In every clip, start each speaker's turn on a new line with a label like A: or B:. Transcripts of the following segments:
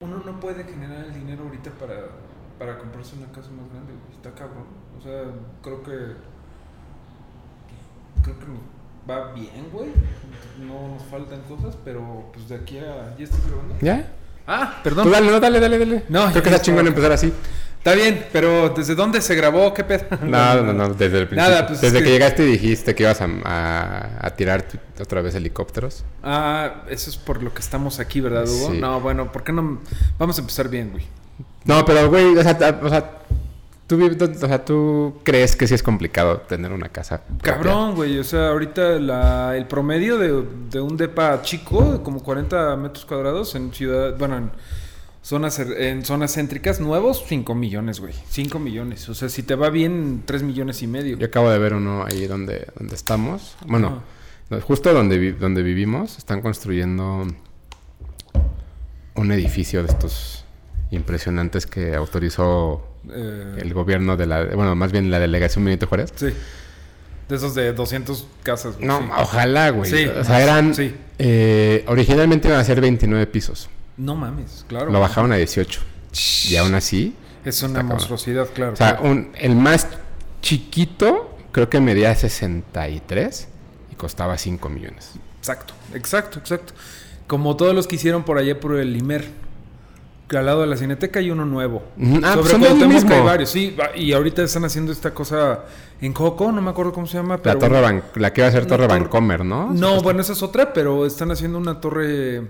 A: uno no puede generar el dinero ahorita para, para comprarse una casa más grande, güey. Está cabrón. O sea, creo que. Creo que nos va bien, güey. No nos faltan cosas, pero pues de aquí a. ¿Ya estás grabando?
B: ¿Ya?
A: Ah,
B: Tú
A: perdón.
B: dale, no, dale, dale, dale.
A: No, ya
B: Creo que está
A: está.
B: chingón empezar así.
A: Está bien, pero ¿desde dónde se grabó? ¿Qué pedo?
B: No, no, no, desde el principio.
A: Nada, pues,
B: desde
A: es
B: que...
A: que-
B: llegaste dijiste que ibas a, a- a tirar tu- otra vez helicópteros.
A: Ah, eso es por lo que estamos aquí, ¿verdad, Hugo?
B: Sí.
A: No, bueno, ¿por qué no? Vamos a empezar bien, güey.
B: No, pero güey, o sea, ta- o sea, tú, vi- o sea, tú crees que sí es complicado tener una casa. propia?
A: Cabrón, güey. O sea, ahorita la- el promedio de, de un depa chico, de como 40 metros cuadrados en ciudad, bueno, en zonas, er- en zonas céntricas nuevos, 5 millones, güey. 5 millones. O sea, si te va bien, 3 millones y medio.
B: Yo acabo de ver uno ahí donde, donde estamos. Bueno,
A: Ajá.
B: no, justo donde, vi- donde vivimos, están construyendo un edificio de estos impresionantes que autorizó
A: Eh,
B: el gobierno de la, bueno, más bien la delegación Benito Juárez.
A: Sí. De esos de 200 casas, güey.
B: No,
A: sí.
B: ojalá, güey.
A: Sí,
B: o sea, eran.
A: sí.
B: eh, originalmente iban a ser 29 pisos.
A: No mames, claro.
B: Lo bajaron a 18. Y aún así.
A: Es una
B: Está cabrón.
A: monstruosidad, claro.
B: O sea,
A: claro.
B: un- el más chiquito, creo que medía 63 y costaba 5 millones.
A: Exacto, exacto, exacto. Como todos los que hicieron por allá por el Imer. Que al lado de la Cineteca hay uno nuevo.
B: Ujú, ah,
A: Sobre
B: son de ahí
A: Cuauhtémoc
B: mismo.
A: hay varios, sí. va- Y ahorita están haciendo esta cosa en Coco, no me acuerdo cómo se llama.
B: La
A: Pero
B: torre Ban- la que iba a ser
A: una
B: Torre
A: torre-
B: Vancomer, ¿no?
A: No, bueno, esa es otra, pero están haciendo una torre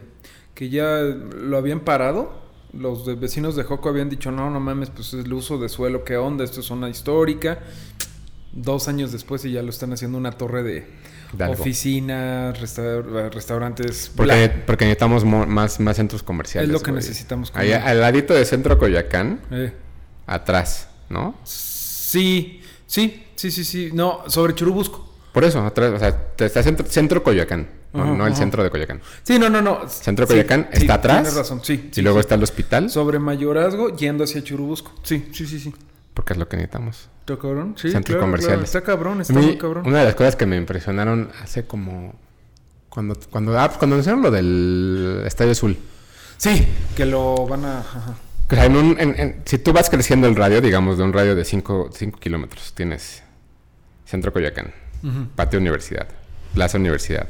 A: que ya lo habían parado. Los de- vecinos de Joco habían dicho, no, no mames, pues es el uso de suelo, qué onda, esto es una histórica. Dos años después y ya lo están haciendo una torre de
B: De algo.
A: oficinas, restaur- restaurantes.
B: Porque,
A: bla.
B: porque necesitamos mo- más, más centros comerciales.
A: Es lo que
B: güey.
A: necesitamos,
B: Ahí,
A: cabrón.
B: al ladito de Centro Coyoacán,
A: Eh,
B: atrás, ¿no?
A: sí, sí, sí, sí, sí. No, sobre Churubusco.
B: Por eso, atrás, o sea, te- está centro, centro Coyoacán, no,
A: Ajá,
B: no el
A: ajá.
B: centro de Coyoacán.
A: Sí, no, no, no.
B: Centro
A: Sí,
B: Coyoacán
A: sí,
B: está atrás.
A: Tienes razón, sí.
B: Y
A: sí,
B: luego
A: sí.
B: está el hospital,
A: Sobre Mayorazgo yendo hacia Churubusco. Sí, sí, sí, sí.
B: porque es lo que necesitamos.
A: ¿Está cabrón? Sí,
B: Centros
A: claro, claro.
B: comerciales.
A: Está cabrón, está
B: A mí,
A: muy cabrón.
B: Una de las cosas que me impresionaron hace como. Cuando, cuando, ah, pues cuando anunciaron lo del Estadio Azul.
A: Sí, que lo van a... ajá.
B: O sea, en un- en- en- si tú vas creciendo el radio, digamos, de un radio de 5 kilómetros, tienes Centro Coyoacán,
A: Ujú.
B: Patio Universidad, Plaza Universidad,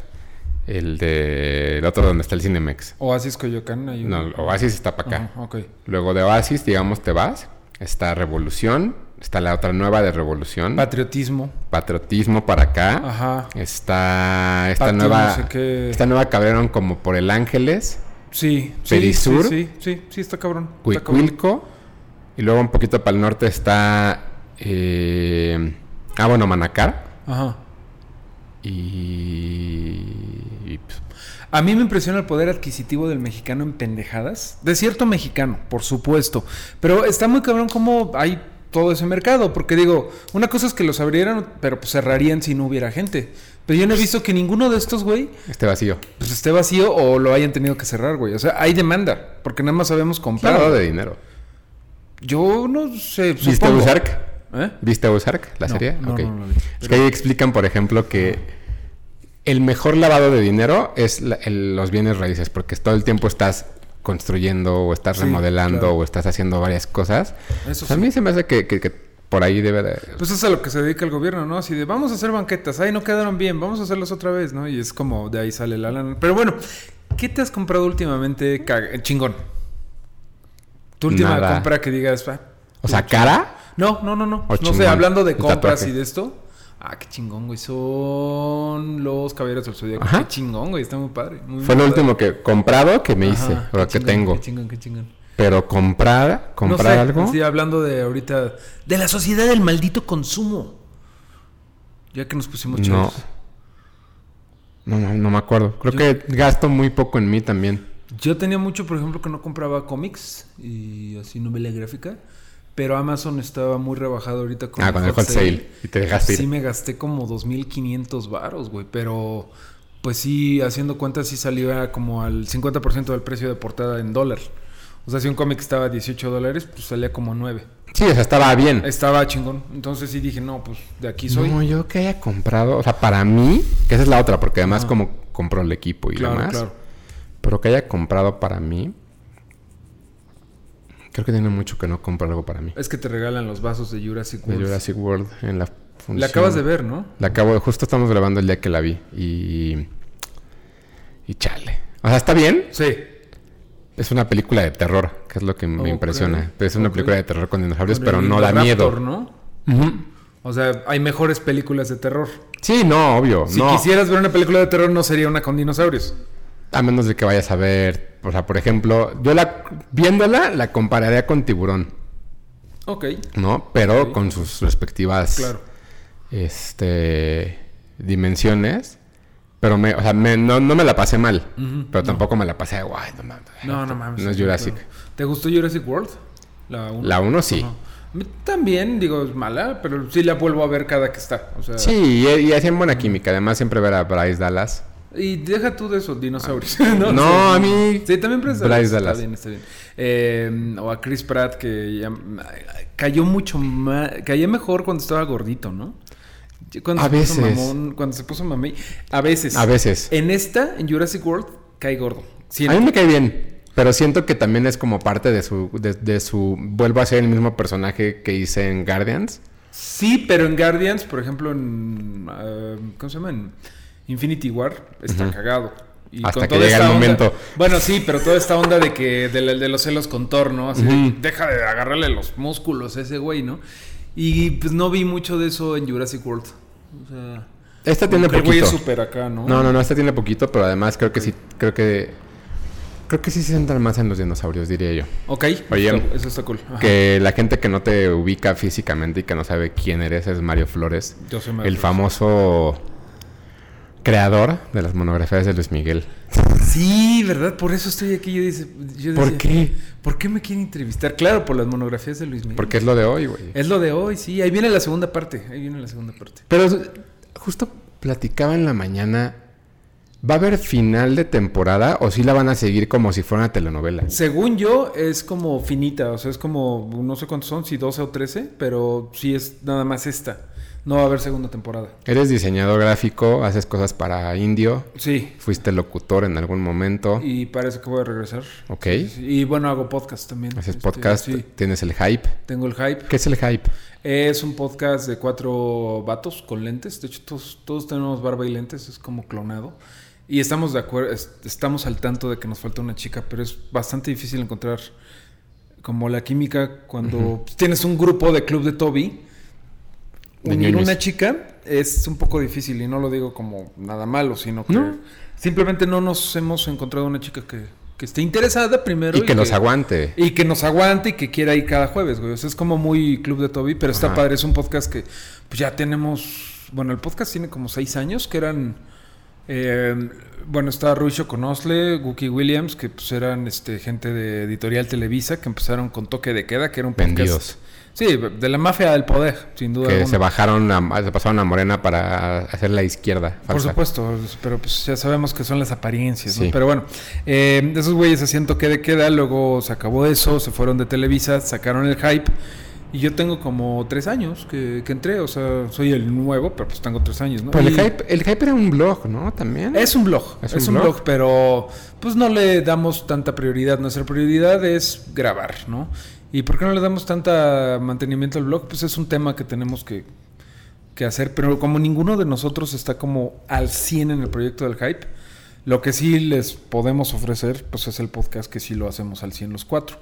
B: el de el otro donde está el Cinemex.
A: Oasis Coyoacán. Ahí,
B: No, Oasis está para acá.
A: Ajá, ok.
B: Luego de Oasis, digamos, te vas. Está Revolución. Está la otra nueva de Revolución.
A: Patriotismo.
B: Patriotismo para acá.
A: Ajá.
B: Está esta
A: Patio
B: nueva.
A: no sé qué.
B: Esta nueva cabrón como por el Ángeles,
A: Sí, sí,
B: Perisur.
A: Sí, sí, sí, sí, está cabrón. Está cabrón.
B: Cuicuilco. Y luego un poquito para el norte está. eh, ah, bueno, Manacar.
A: Ajá.
B: Y. y, pues,
A: A mí me impresiona el poder adquisitivo del mexicano en pendejadas. De cierto mexicano, por supuesto. Pero está muy cabrón cómo hay todo ese mercado. Porque digo, una cosa es que los abrieran, pero pues cerrarían si no hubiera gente. Pero yo no he visto que ninguno de estos, güey,
B: este vacío.
A: pues esté vacío o lo hayan tenido que cerrar, güey. O sea, hay demanda. Porque nada más sabemos comprar.
B: Claro, de dinero.
A: Yo no sé.
B: ¿Viste
A: supongo.
B: Ozark?
A: ¿Eh?
B: ¿Viste Ozark, la
A: No,
B: serie?
A: no,
B: Ok.
A: no la vi.
B: Es que ahí explican, por ejemplo, que el mejor lavado de dinero es la- el- los bienes raíces, porque todo el tiempo estás construyendo o estás
A: Sí,
B: remodelando
A: claro.
B: o estás haciendo varias cosas.
A: Eso
B: O sea, A
A: sí.
B: mí se me hace que, que- que por ahí debe de...
A: Pues es a lo que se dedica el gobierno, ¿no? Así de vamos a hacer banquetas, ahí no quedaron bien, vamos a hacerlas otra vez, ¿no? Y es como de ahí sale la lana. Pero bueno, ¿qué te has comprado últimamente caga- eh, chingón? Tu última
B: Nada.
A: compra que digas, "Ah,
B: O sea, cara...
A: no, no, no, no.
B: O
A: no sé,
B: chingón,
A: hablando de
B: el
A: compras
B: tatuaje.
A: y de esto. Ah, qué chingón, güey. Son los caballeros del zodiaco.
B: Ajá.
A: Qué chingón, güey. Está muy padre. muy,
B: Fue
A: muy padre.
B: lo último que comprado que me hice,
A: Ajá,
B: o
A: qué
B: que
A: chingón,
B: tengo.
A: Qué chingón, qué chingón.
B: Pero comprar, comprar
A: no sé,
B: algo...
A: Sí, hablando de ahorita. De la sociedad del maldito consumo. Ya que nos pusimos
B: No.
A: chavos.
B: No, no, no me acuerdo. Creo que gasto muy poco en mí también.
A: Yo tenía mucho, por ejemplo, que no compraba cómics y así novela gráfica. Pero Amazon estaba muy rebajado ahorita con
B: ah, con el hot sale. Y te dejaste ir.
A: Sí, me gasté como 2.500 varos, güey. Pero, pues sí, haciendo cuentas, sí salía como al 50% del precio de portada en dólar. O sea, si un cómic estaba a 18 dólares, pues salía como 9.
B: Sí, o sea, estaba bien.
A: Estaba chingón. Entonces sí dije, no, pues de aquí soy.
B: No, yo que haya comprado, o sea, para mí, que esa es la otra, porque además como compró el equipo y
A: claro,
B: demás,
A: claro.
B: pero que haya comprado para mí, Creo que tiene mucho que no compro algo para mí.
A: Es que te regalan los vasos de Jurassic
B: De
A: World.
B: Jurassic World en la función.
A: La acabas de ver, ¿no?
B: La acabo de... Justo estamos grabando el día que la vi. Y... Y chale. O sea, está bien.
A: Sí.
B: Es una película de terror, que es lo que me
A: Ok,
B: impresiona. Pero es una
A: ok.
B: película de terror con dinosaurios,
A: Con
B: pero
A: el
B: no da
A: Raptor,
B: miedo.
A: ¿no?
B: Ujú.
A: O sea, hay mejores películas de terror.
B: Sí, no, obvio.
A: Si
B: Pues no.
A: quisieras ver una película de terror, no sería una con dinosaurios.
B: A menos de que vayas a ver. O sea, por ejemplo, yo la viéndola la compararía con Tiburón,
A: Ok,
B: ¿no? Pero
A: Ok.
B: con sus respectivas
A: claro.
B: este, dimensiones. Pero me, o sea, me- no, no me la pasé mal. pero tampoco me la pasé de guay, no mames.
A: No, no mames.
B: No es
A: sí,
B: Jurassic.
A: claro. ¿Te gustó Jurassic World? La 1.
B: La 1 sí.
A: También, digo, es mala, pero sí la vuelvo a ver cada que está. O sea,
B: Sí, y, y hacían buena química. Además, siempre ver a Bryce Dallas.
A: Y deja tú de esos dinosaurios.
B: Ah. No,
A: Sí.
B: a mí-
A: Sí, también Bryce
B: Bryce
A: Dallas. Está
B: Dallas.
A: bien, está bien. Eh, o a Chris Pratt, que ya- cayó mucho más. Caía mejor cuando estaba gordito, ¿no? Cuando
B: A
A: se puso
B: veces.
A: mamón- cuando se puso mamey. A veces.
B: A veces.
A: En esta, en Jurassic World, cae gordo. Siento.
B: A mí me cae bien. Pero siento que también es como parte de su. De, de su vuelvo a ser el mismo personaje que hice en Guardians.
A: Sí, pero en Guardians, por ejemplo, en. ah, ¿Cómo se llama? En Infinity War, está cagado. Y
B: Hasta que
A: toda
B: llega
A: esta
B: el
A: onda-
B: momento.
A: Bueno, sí, pero toda esta onda de que de, la- de los celos con Thor, ¿no? Así de,
B: Ujú.
A: deja de agarrarle los músculos a ese güey, ¿no? Y pues no vi mucho de eso en Jurassic World. O sea.
B: Esta tiene
A: como que el güey
B: poquito.
A: es súper acá, ¿no?
B: No, no, no, esta tiene poquito, pero además creo que sí, creo que creo que sí se centran más en los dinosaurios, diría yo.
A: Ok.
B: Oye,
A: está- eso está cool. Ajá.
B: Que la gente que no te ubica físicamente y que no sabe quién eres es Mario Flores,
A: Yo soy
B: el
A: Mario.
B: famoso creador de las monografías de Luis Miguel.
A: Sí, ¿verdad? Por eso estoy aquí. Yo, dice, yo
B: ¿Por
A: decía,
B: qué?
A: ¿Por qué me quieren entrevistar? Claro, por las monografías de Luis Miguel.
B: Porque es lo de hoy, güey.
A: Es lo de hoy, sí. Ahí viene la segunda parte. Ahí viene la segunda parte.
B: Pero justo platicaba en la mañana, ¿va a haber final de temporada o si la van a seguir como si fuera una telenovela?
A: Según yo, es como finita. O sea, es como, no sé cuántos son, si 12 o 13, pero sí es nada más esta. No va a haber segunda temporada.
B: Eres diseñador gráfico, haces cosas para Indio,
A: Sí.
B: Fuiste locutor en algún momento.
A: Y parece que voy a regresar.
B: Ah. Ok.
A: Sí, sí. Y bueno, hago podcast también.
B: Haces
A: Este,
B: podcast.
A: Sí,
B: Tienes el hype.
A: tengo el hype.
B: ¿Qué es el hype?
A: Es un podcast de cuatro vatos con lentes. De hecho, todos, todos tenemos barba y lentes. Es como clonado. Y estamos de acuerdo, estamos al tanto de que nos falta una chica, pero es bastante difícil encontrar como la química cuando pues, tienes un grupo de club de Toby.
B: De
A: Unir
B: ñoños.
A: una chica es un poco difícil y no lo digo como nada malo, sino que
B: No.
A: simplemente no nos hemos encontrado una chica que, que esté interesada primero.
B: y que los aguante.
A: Y que nos aguante y que quiera ir cada jueves, güey. O sea, es como muy Club de Toby, pero está
B: Ajá.
A: padre. Es un podcast que pues, ya tenemos. Bueno, el podcast tiene como seis años, que eran. eh, bueno, está Ruicho Conosle, Guki Williams, que pues eran este, gente de Editorial Televisa, que empezaron con Toque de Queda, que era un podcast.
B: Vendidos.
A: Sí, de la mafia del poder, sin duda.
B: Que
A: alguna.
B: se bajaron, a- se pasaron a Morena para hacer la izquierda.
A: Por
B: falsa.
A: supuesto, pero pues ya sabemos que son las apariencias, ¿no?
B: Sí.
A: Pero bueno, eh, esos güeyes hacían toque de queda, luego se acabó eso, se fueron de Televisa, sacaron el hype. Y yo tengo como tres años que, que entré, o sea, soy el nuevo, pero pues tengo tres años, ¿no?
B: Pero
A: Y
B: el hype, el hype era un blog, ¿no? También.
A: Es un blog, es,
B: ¿Es
A: un
B: un
A: blog?
B: blog?
A: pero pues no le damos tanta prioridad. Nuestra prioridad es grabar, ¿no? ¿Y por qué no le damos tanta mantenimiento al blog? Pues es un tema que tenemos que, que hacer, pero como ninguno de nosotros está como al 100 en el proyecto del hype, lo que sí les podemos ofrecer pues es el podcast que sí lo hacemos al 100 los cuatro,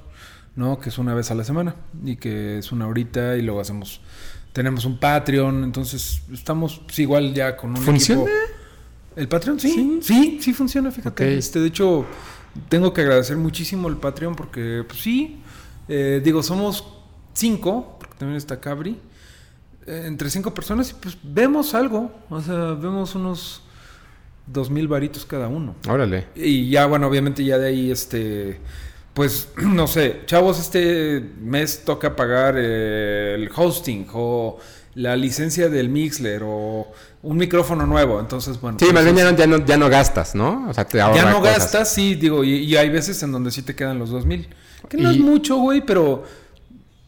A: ¿no? Que es una vez a la semana y que es una horita y luego hacemos tenemos un Patreon, entonces estamos pues, igual ya con un
B: ¿Funciona?
A: equipo. El Patreon sí, sí, sí, funciona, fíjate.
B: Ok.
A: Este, de hecho, tengo que agradecer muchísimo el Patreon porque pues sí, eh, digo, somos cinco, porque también está Cabri eh, entre cinco personas y pues vemos algo. O sea, vemos unos dos mil varitos cada uno.
B: Órale.
A: Y ya, bueno, obviamente ya de ahí, este, pues, no sé, chavos, este mes toca pagar eh, el hosting o la licencia del Mixler o un micrófono nuevo. Entonces, bueno.
B: Sí,
A: pues,
B: más bien
A: es-
B: ya no, ya, no, ya no gastas, ¿no? O sea, te ahorra
A: ya no
B: cosas.
A: gastas, sí, digo, y, y hay veces en donde sí te quedan los 2000. Que no es
B: Y-
A: mucho, güey, pero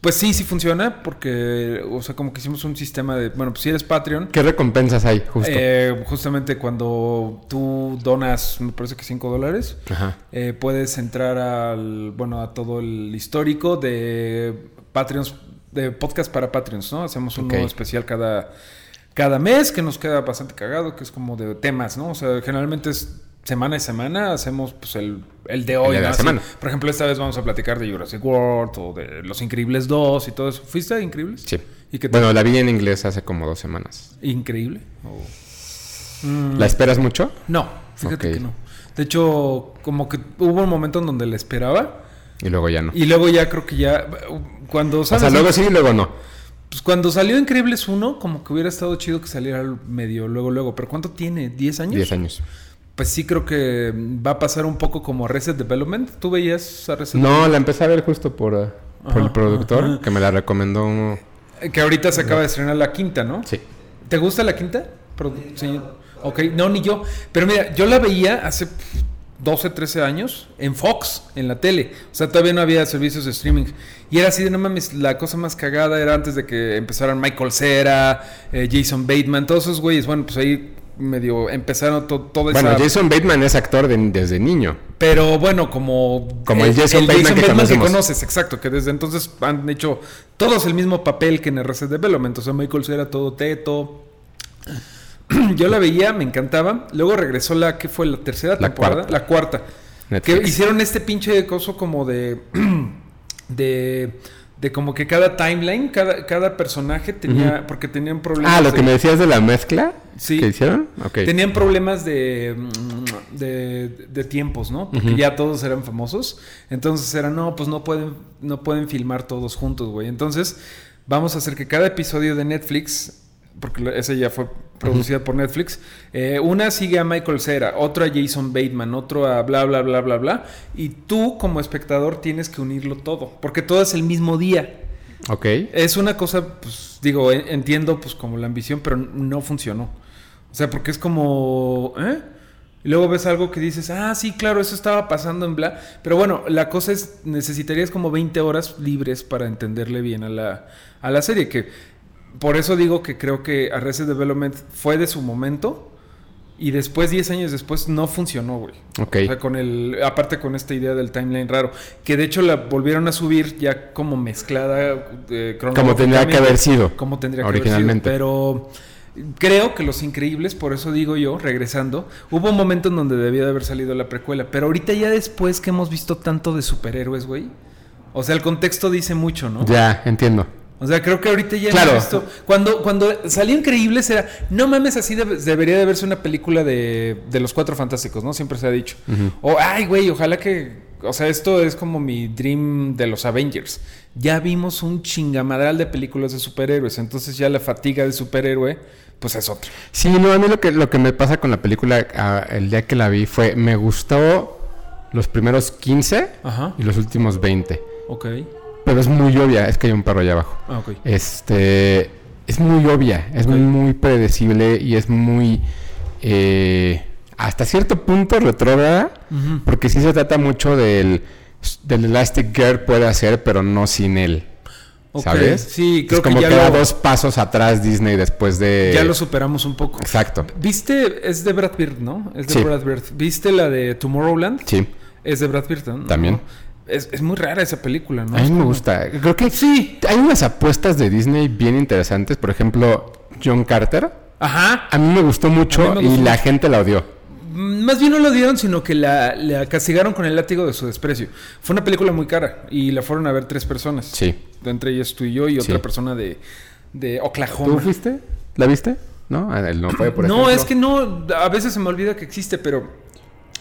A: Pues sí, sí funciona, porque, o sea, como que hicimos un sistema de, bueno, pues si eres Patreon,
B: ¿Qué recompensas hay justo?
A: eh, justamente cuando tú donas, me parece que 5 dólares,
B: Ajá.
A: eh, puedes entrar al, bueno, a todo el histórico de Patreons, de podcast para Patreons, ¿no? Hacemos un
B: Ok.
A: nuevo especial cada, cada mes que nos queda bastante cagado, que es como de temas, ¿no? O sea, generalmente es semana a semana, hacemos pues el, el de hoy.
B: de
A: ¿no?
B: la
A: Así,
B: semana.
A: por ejemplo, esta vez vamos a platicar de Jurassic World o de Los Increíbles 2 y todo eso. ¿Fuiste a Increíbles?
B: Sí.
A: ¿Y qué tal?
B: Bueno, la vi en inglés hace como dos semanas.
A: ¿Increíble? o- Mm,
B: ¿La esperas mucho?
A: No, fíjate
B: Ok.
A: que no. De hecho, como que hubo un momento en donde la esperaba.
B: Y luego ya no.
A: Y luego ya creo que ya. Cuando,
B: o
A: ¿sabes?
B: sea, luego sí y luego no.
A: Pues cuando salió Increíbles 1, como que hubiera estado chido que saliera al medio luego, luego. Pero ¿cuánto tiene? ¿10 años?
B: Diez años.
A: Pues sí, creo que va a pasar un poco como Reset Development. ¿Tú veías a Reset
B: No, la empecé a ver justo por, eh, por
A: Ajá,
B: el productor
A: ajá.
B: que me la recomendó. uno-
A: Eh, Que ahorita se acaba de estrenar la quinta, ¿no?
B: Sí.
A: ¿Te gusta la quinta? Pro- sí. Ok, no, ni yo. Pero mira, yo la veía hace pf, 12, 13 años en Fox, en la tele. O sea, todavía no había servicios de streaming. Y era así de, no mames, la cosa más cagada era antes de que empezaran Michael Cera, eh, Jason Bateman, todos esos güeyes. Bueno, pues ahí medio empezaron to- toda
B: Bueno,
A: esa...
B: Jason Bateman es actor de- desde niño.
A: Pero bueno, como...
B: Como el Jason Bateman que conocemos.
A: conoces, exacto. Que desde entonces han hecho todos el mismo papel que en RC Development. O sea, Michael Cera todo teto. Yo la veía, me encantaba. Luego regresó la... que fue? ¿La tercera
B: La
A: temporada?
B: cuarta.
A: La cuarta.
B: Netflix.
A: Que hicieron este pinche coso como de... de... De como que cada timeline, cada, cada personaje tenía... Porque tenían problemas
B: Ah, lo que
A: de-
B: me decías de la mezcla
A: Sí.
B: que hicieron. Ok.
A: Tenían problemas de, mm, de, de tiempos, ¿no? Porque
B: Ujú.
A: ya todos eran famosos. Entonces era, no, pues no pueden, no pueden filmar todos juntos, güey. Entonces vamos a hacer que cada episodio de Netflix, porque la- esa ya fue producida por Netflix, eh, una sigue a Michael Cera, otro a Jason Bateman, otro a bla, bla, bla, bla, bla. Y tú como espectador tienes que unirlo todo, porque todo es el mismo día.
B: Ok.
A: Es una cosa, pues, digo, en- entiendo, pues, como la ambición, pero no funcionó. O sea, porque es como. ¿eh? Y luego ves algo que dices, ah, sí, claro, eso estaba pasando en bla. Pero bueno, la cosa es, necesitarías como 20 horas libres para entenderle bien a la, a la serie. Que por eso digo que creo que Arrested Development fue de su momento. Y después, 10 años después, no funcionó, güey.
B: Ok.
A: O sea, con el. Aparte con esta idea del timeline raro. Que de hecho la volvieron a subir ya como mezclada. eh,
B: Como tendría que haber sido.
A: Como tendría que
B: originalmente.
A: haber sido. Pero creo que Los Increíbles, por eso digo yo, regresando, hubo un momento en donde debía de haber salido la precuela. Pero ahorita ya después que hemos visto tanto de superhéroes, güey. O sea, el contexto dice mucho, ¿no?
B: Ya, entiendo.
A: O sea, creo que ahorita ya
B: Claro.
A: hemos visto. Cuando, cuando salió Increíbles era, no mames, así debe- debería de verse una película de, de los cuatro fantásticos, ¿no? Siempre se ha dicho.
B: Ujú.
A: O, ay, güey, ojalá que. O sea, esto es como mi dream de los Avengers. Ya vimos un chingamadral de películas de superhéroes. Entonces ya la fatiga de superhéroe, pues es otra.
B: Sí, no, a mí lo que, lo que me pasa con la película ah, el día que la vi fue, me gustó los primeros 15
A: Ajá.
B: y los últimos 20.
A: Ok.
B: Pero es muy obvia, es que hay un perro allá abajo.
A: Ah, ok.
B: Este, es muy obvia, es
A: Ok.
B: muy predecible y es muy, eh, hasta cierto punto retrógrada,
A: Ujú.
B: porque sí se trata mucho del, del Elastic Girl puede hacer, pero no sin él.
A: Ok.
B: ¿Sabes?
A: Sí, creo
B: es como
A: que ya,
B: que da
A: lo,
B: dos pasos atrás Disney después de...
A: ya lo superamos un poco.
B: Exacto.
A: ¿Viste? Es de Brad Bird, ¿no? Es de
B: Sí.
A: Brad Bird. ¿Viste la de Tomorrowland?
B: Sí.
A: Es de Brad Pitt, ¿no?
B: También.
A: Es, es muy rara esa película, ¿no?
B: A
A: Es
B: mí me
A: como-
B: gusta. Creo que sí. Hay unas apuestas de Disney bien interesantes. Por ejemplo, John Carter.
A: Ajá.
B: A mí me gustó mucho
A: A mí me
B: y
A: gustó
B: la gente la odió.
A: Mm, Más bien no lo dieron, sino que la, la castigaron con el látigo de su desprecio. Fue una película muy cara y la fueron a ver tres personas.
B: Sí.
A: Entre ellas tú y yo y
B: Sí.
A: otra persona de, de Oklahoma.
B: ¿Tú fuiste? ¿La viste? No, Ah, él no fue, por
A: no,
B: ejemplo.
A: es que no. A veces se me olvida que existe, pero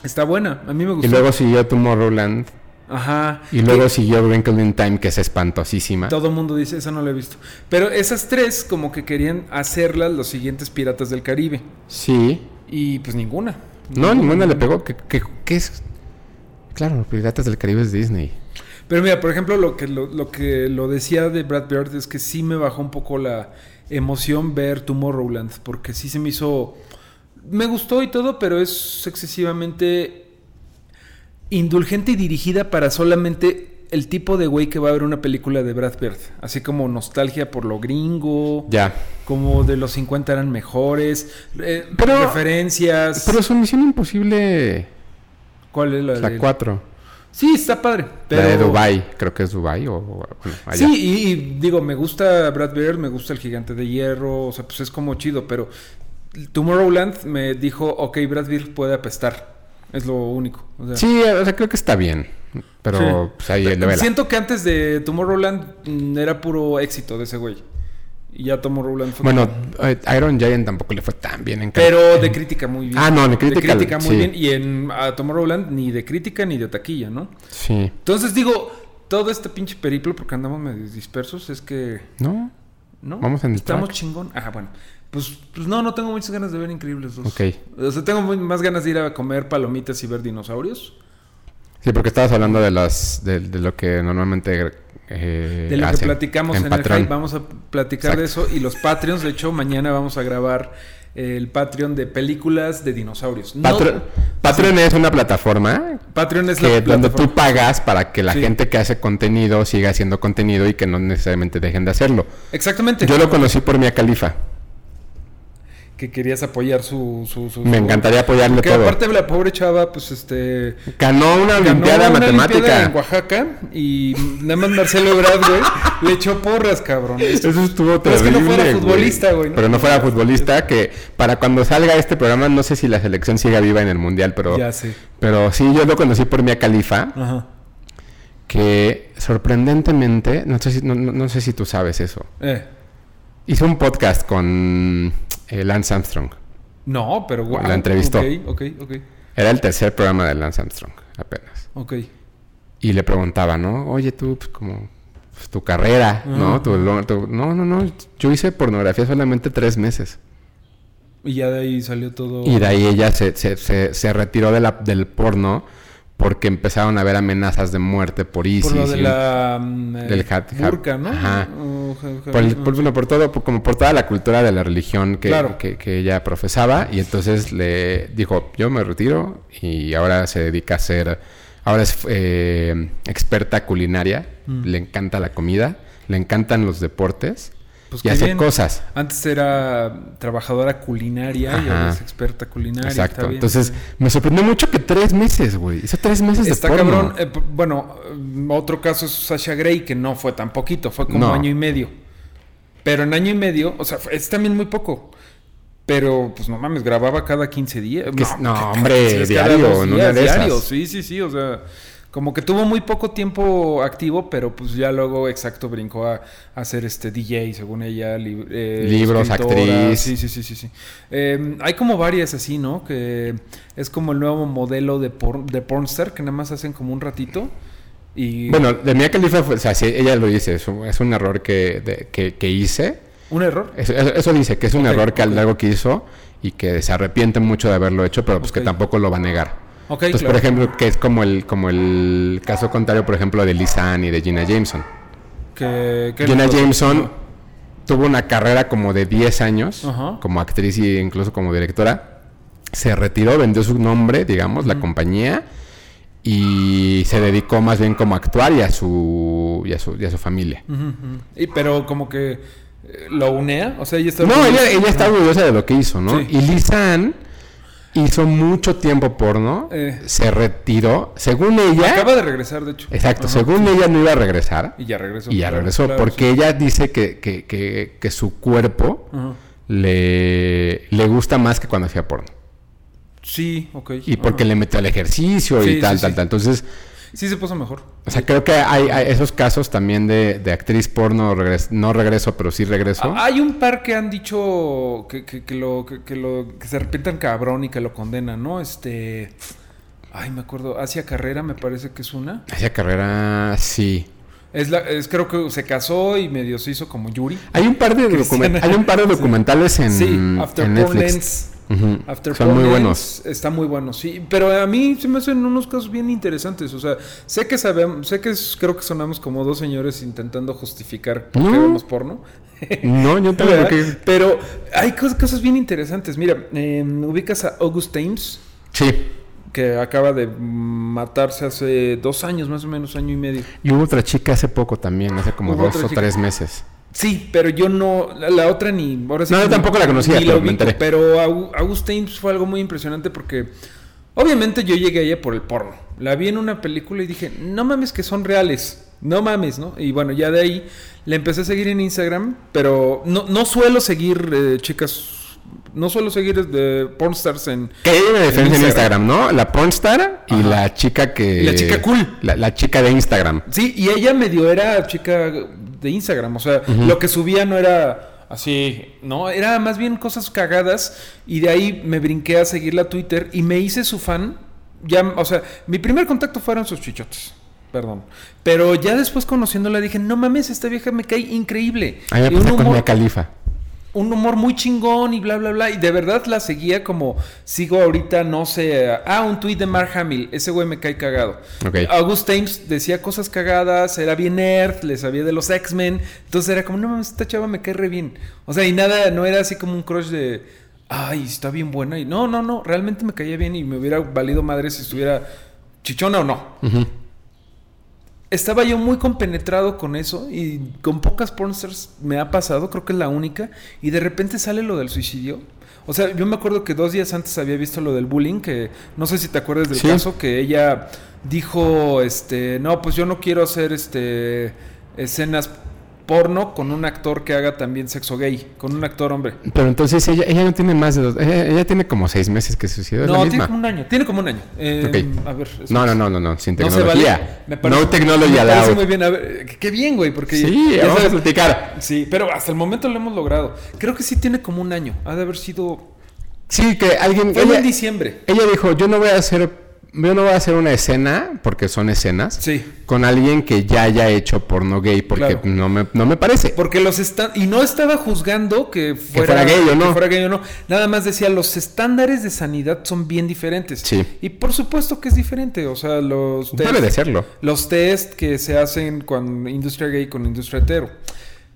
A: está buena. A mí me
B: Y
A: gustó.
B: luego siguió Tomorrowland.
A: Ajá.
B: Y luego siguió Wrinkle in Time, que es espantosísima.
A: Todo el mundo dice, esa no la he visto. Pero esas tres como que querían hacerlas los siguientes Piratas del Caribe.
B: Sí.
A: Y pues ninguna.
B: No, ninguna le pegó. ¿Qué, qué- qué es? Claro, Piratas del Caribe es Disney.
A: Pero mira, por ejemplo, lo que lo, lo que lo decía de Brad Bird es que sí me bajó un poco la emoción ver Tomorrowland, porque sí se me hizo me gustó y todo, pero es excesivamente indulgente y dirigida para solamente el tipo de güey que va a ver una película de Brad Pitt. Así como nostalgia por lo gringo.
B: Ya.
A: Como de los 50 eran mejores. eh,
B: Pero-
A: referencias.
B: Pero su misión imposible.
A: ¿Cuál es la,
B: La
A: de-
B: 4.
A: Sí, está padre. Pero...
B: La de Dubai, creo que es Dubai o bueno, allá.
A: Sí, y, y digo, me gusta Brad Bird, me gusta el gigante de hierro, o sea, pues es como chido, pero Tomorrowland me dijo, ok, Brad Bird puede apestar, es lo único. o sea.
B: Sí, o sea, creo que está bien. Pero
A: Sí.
B: pues ahí le vela.
A: Siento que antes de Tomorrowland mm, era puro éxito de ese güey. Y ya Tomorrowland fue...
B: Bueno, eh, Iron Giant tampoco le fue tan bien en Cannes.
A: pero de crítica muy bien.
B: Ah, no, de crítica,
A: muy
B: sí.
A: bien. Y en a Tomorrowland ni de crítica ni de taquilla, ¿no?
B: Sí.
A: Entonces digo, todo este pinche periplo, porque andamos medio dispersos, es que
B: ¿No?
A: ¿No?
B: Vamos en el
A: Estamos
B: track.
A: chingón. Ah, bueno. Pues, pues no, no tengo muchas ganas de ver Increíbles 2.
B: Ok.
A: O sea, tengo muy- más ganas de ir a comer palomitas y ver dinosaurios.
B: Sí, porque estabas hablando de las de, de lo que normalmente eh,
A: De lo que
B: hacen
A: platicamos en, el
B: Patreon.
A: hype, vamos a platicar de eso. Y los Patreons, de hecho, mañana vamos a grabar el Patreon de películas de dinosaurios. No-
B: Patreon, Patreon es una plataforma
A: Patreon es
B: que
A: la
B: donde
A: plataforma.
B: tú pagas para que la
A: Sí.
B: gente que hace contenido siga haciendo contenido y que no necesariamente dejen de hacerlo.
A: Exactamente.
B: Yo lo conocí por Mia Califa.
A: Que querías apoyar su... su, su-
B: Me
A: su-
B: encantaría apoyarle
A: Porque
B: todo.
A: aparte la pobre chava, pues este...
B: Ganó una
A: Ganó
B: Olimpiada
A: una
B: Matemática.
A: Olimpiada en Oaxaca y nada más Marcelo Ebrard, güey, le echó porras, cabrón.
B: Eso estuvo
A: Pero es que
B: terrible.
A: no fuera
B: güey.
A: futbolista, güey, ¿no?
B: Pero no fuera futbolista, que para cuando salga este programa, no sé si la selección siga viva en el mundial, pero.
A: Ya sé.
B: Pero sí, yo lo conocí por Mia Califa,
A: Ajá.
B: que sorprendentemente, no sé si, no, no- no sé si tú sabes eso.
A: Eh,
B: Hizo un podcast con eh, Lance Armstrong.
A: no, pero guau.
B: La entrevistó.
A: Ok, ok, ok.
B: Era el tercer programa de Lance Armstrong, apenas.
A: ok.
B: Y le preguntaba, ¿no? Oye, tú, pues, como pues, tu carrera, ¿no?
A: Ajá.
B: Tu lo- tu- no, no, no. Yo hice pornografía solamente tres meses.
A: Y ya de ahí salió todo.
B: Y de ahí ella se, se- se- se retiró de la- del porno porque empezaron a haber amenazas de muerte por ISIS.
A: por lo de
B: y-
A: la. mm, eh,
B: del hat- hat-
A: burka, ¿no?
B: ajá.
A: O ja- ja-
B: por, el-
A: ah.
B: por- bueno, por todo, por- como por toda la cultura de la religión que,
A: Claro.
B: que- que ella profesaba. Y entonces le dijo, yo me retiro y ahora se dedica a ser, ahora es eh, experta culinaria,
A: Mm.
B: le encanta la comida, le encantan los deportes
A: Pues
B: y
A: qué
B: hace
A: bien.
B: cosas.
A: Antes era trabajadora culinaria y
B: Ajá.
A: ahora es experta culinaria.
B: Exacto.
A: está bien,
B: entonces,
A: está bien.
B: me sorprendió mucho que tres meses, güey. Hizo tres meses
A: Está
B: de porno.
A: cabrón. eh, p- bueno, mm, otro caso es Sasha Gray, que no fue tan poquito, fue como
B: No.
A: año y medio. Pero en año y medio, o sea, fue- es también muy poco. Pero, pues no mames, grababa cada 15 días.
B: Que es- no,
A: que-
B: hombre,
A: sí, es cada
B: diario,
A: dos
B: en una de
A: diario.
B: esas.
A: Sí, sí, sí, o sea, como que tuvo muy poco tiempo activo, pero pues ya luego, exacto, brincó a, a ser este DJ, según ella. lib- eh,
B: Libros,
A: escritora.
B: actriz.
A: Sí, sí, sí, sí. sí. Eh, hay como varias así, ¿no? Que es como el nuevo modelo de, por, de pornstar, que nada más hacen como un ratito. Y
B: Bueno, de Mia Khalifa, fue- o sea, sí, ella lo dice, es un, es un error que, de- que, que hice.
A: un error.
B: Eso, eso- eso dice, que es un
A: Ok,
B: error que
A: ok.
B: algo que hizo y que se arrepiente mucho de haberlo hecho, pero pues
A: Ok.
B: que tampoco lo va a negar.
A: Ok, claro.
B: Entonces, pues, por ejemplo, que es como el, como el caso contrario, por ejemplo, de Lisa Ann y de Gina Jameson.
A: que, que-
B: Jenna Jameson tuvo una carrera como de 10 años
A: Ajá.
B: como actriz e incluso como directora. Se retiró, vendió su nombre, digamos, la compañía y se dedicó más bien como a actuar y a su y a su, y a su familia.
A: Ujú, ujú. Y- pero como que eh, lo unea, o sea, ella está...
B: No, ella, ella está orgullosa de lo que hizo, ¿no?
A: Sí.
B: Y Lisa Ann hizo mucho tiempo porno,
A: Eh.
B: se retiró. Según ella,
A: Acaba de regresar, de hecho.
B: exacto,
A: Ajá.
B: según ella no iba a regresar
A: Y ya regresó.
B: y ya
A: claro,
B: regresó
A: claro,
B: porque ella dice que, que- que- que su cuerpo
A: sí. Ajá.
B: le, le gusta más que cuando hacía porno.
A: Sí, ok. Ah.
B: Y porque
A: ajá.
B: le metió al ejercicio
A: Sí,
B: y tal,
A: sí,
B: tal,
A: sí.
B: tal. Entonces,
A: Sí se puso mejor.
B: o sea, creo que hay, hay esos casos también de, de actriz porno, regres- no regreso, pero sí regreso.
A: Ah, Hay un par que han dicho que, que- que lo, que, que lo- que se arrepientan cabrón y que lo condenan, ¿no? Este... Ay, me acuerdo. Hacia Carrera me parece que es una.
B: Hacía carrera, sí.
A: Es, la, es creo que se casó y medio se hizo como Yuri.
B: Hay un par de,
A: Cristiana.
B: document- hay un par de
A: Sí.
B: documentales en,
A: sí, After
B: en
A: Porn
B: Netflix.
A: Ends.
B: Ujú.
A: After
B: Son
A: Porn
B: muy
A: Ends
B: buenos.
A: Está muy bueno, sí. Pero a mí se me hacen unos casos bien interesantes. O sea, sé que sabemos, sé que es- creo que sonamos como dos señores intentando justificar por qué
B: No.
A: vemos porno.
B: No, yo también
A: ¿Verdad?
B: creo que...
A: em, Pero hay cos- cosas bien interesantes. Mira, eh, ubicas a August Thames.
B: Sí.
A: que acaba de matarse hace dos años, más o menos, año y medio.
B: Y hubo otra chica hace poco también, hace como
A: Hubo
B: dos
A: otra
B: o
A: chica.
B: tres meses.
A: Sí, pero yo no, la, la otra ni... Ahora sí
B: No,
A: que
B: yo tampoco la conocía,
A: ni
B: pero me
A: ubico,
B: enteré.
A: Pero Au- Augustine pues, fue algo muy impresionante porque obviamente yo llegué a ella por el porno. La vi en una película y dije, no mames que son reales, no mames, ¿no? Y bueno, ya de ahí la empecé a seguir en Instagram, pero no, no suelo seguir eh, chicas, no suelo seguir de pornstars en...
B: Que hay una diferencia en
A: Instagram.
B: Instagram, ¿no? La pornstar y
A: Ajá.
B: la chica que...
A: La chica cool.
B: La, la chica de Instagram.
A: Sí, y ella medio era chica de Instagram, o sea,
B: Ujú.
A: lo que subía no era así, no, era más bien cosas cagadas y de ahí me brinqué a seguirla a Twitter y me hice su fan, ya, o sea, mi primer contacto fueron sus chichotes. Perdón. Pero ya después conociéndola dije, no mames, esta vieja me cae increíble.
B: A mí me
A: Y un
B: pasa con
A: humor-
B: Mia Califa.
A: un humor muy chingón y bla, bla, bla. Y de verdad la seguía como sigo ahorita, no sé. Ah, un tuit de Mark Hamill. Ese güey me cae cagado.
B: Ok.
A: August Thames decía cosas cagadas, era bien nerd, le sabía de los X-Men. Entonces era como, no mames, esta chava me cae re bien. O sea, y nada, no era así como un crush de, ay, está bien buena. Y no, no, no, realmente me caía bien y me hubiera valido madre si estuviera chichona o no
B: Ujú.
A: estaba yo muy compenetrado con eso y con pocas pornstars me ha pasado, creo que es la única, y de repente sale lo del suicidio. O sea, yo me acuerdo que dos días antes había visto lo del bullying, que no sé si te acuerdas del
B: Sí.
A: caso, que ella dijo, este, no, pues yo no quiero hacer, este, escenas porno con un actor que haga también sexo gay, con un actor hombre.
B: Pero entonces ella, ella no tiene más de dos... Ella, ella tiene como seis meses que se suicidó. ¿es la
A: No, tiene
B: misma?
A: como un año, tiene como un año. Eh,
B: Ok.
A: A ver. es-
B: No, no, no, no, no, sin
A: No se vale.
B: tecnología.
A: Me
B: No,
A: parece-
B: technology
A: me parece
B: allowed.
A: muy bien. A ver, qué- qué bien, güey, porque
B: Sí,
A: ya
B: vamos a
A: sabes,
B: platicar.
A: Sí, pero hasta el momento lo hemos logrado. Creo que sí tiene como un año. Ha de haber sido.
B: Sí, que alguien...
A: Fue en
B: Ella,
A: diciembre.
B: ella dijo, yo no voy a hacer... Yo no voy a hacer una escena, porque son escenas,
A: Sí.
B: con alguien que ya haya hecho porno gay, porque
A: Claro.
B: no, me, no me parece.
A: Porque los está y no estaba juzgando que fuera,
B: fuera gay o no.
A: que fuera gay o no. Nada más decía los estándares de sanidad son bien diferentes.
B: Sí.
A: Y por supuesto que es diferente. O sea, los test-
B: Debe de serlo.
A: los test que se hacen con industria gay con industria hetero.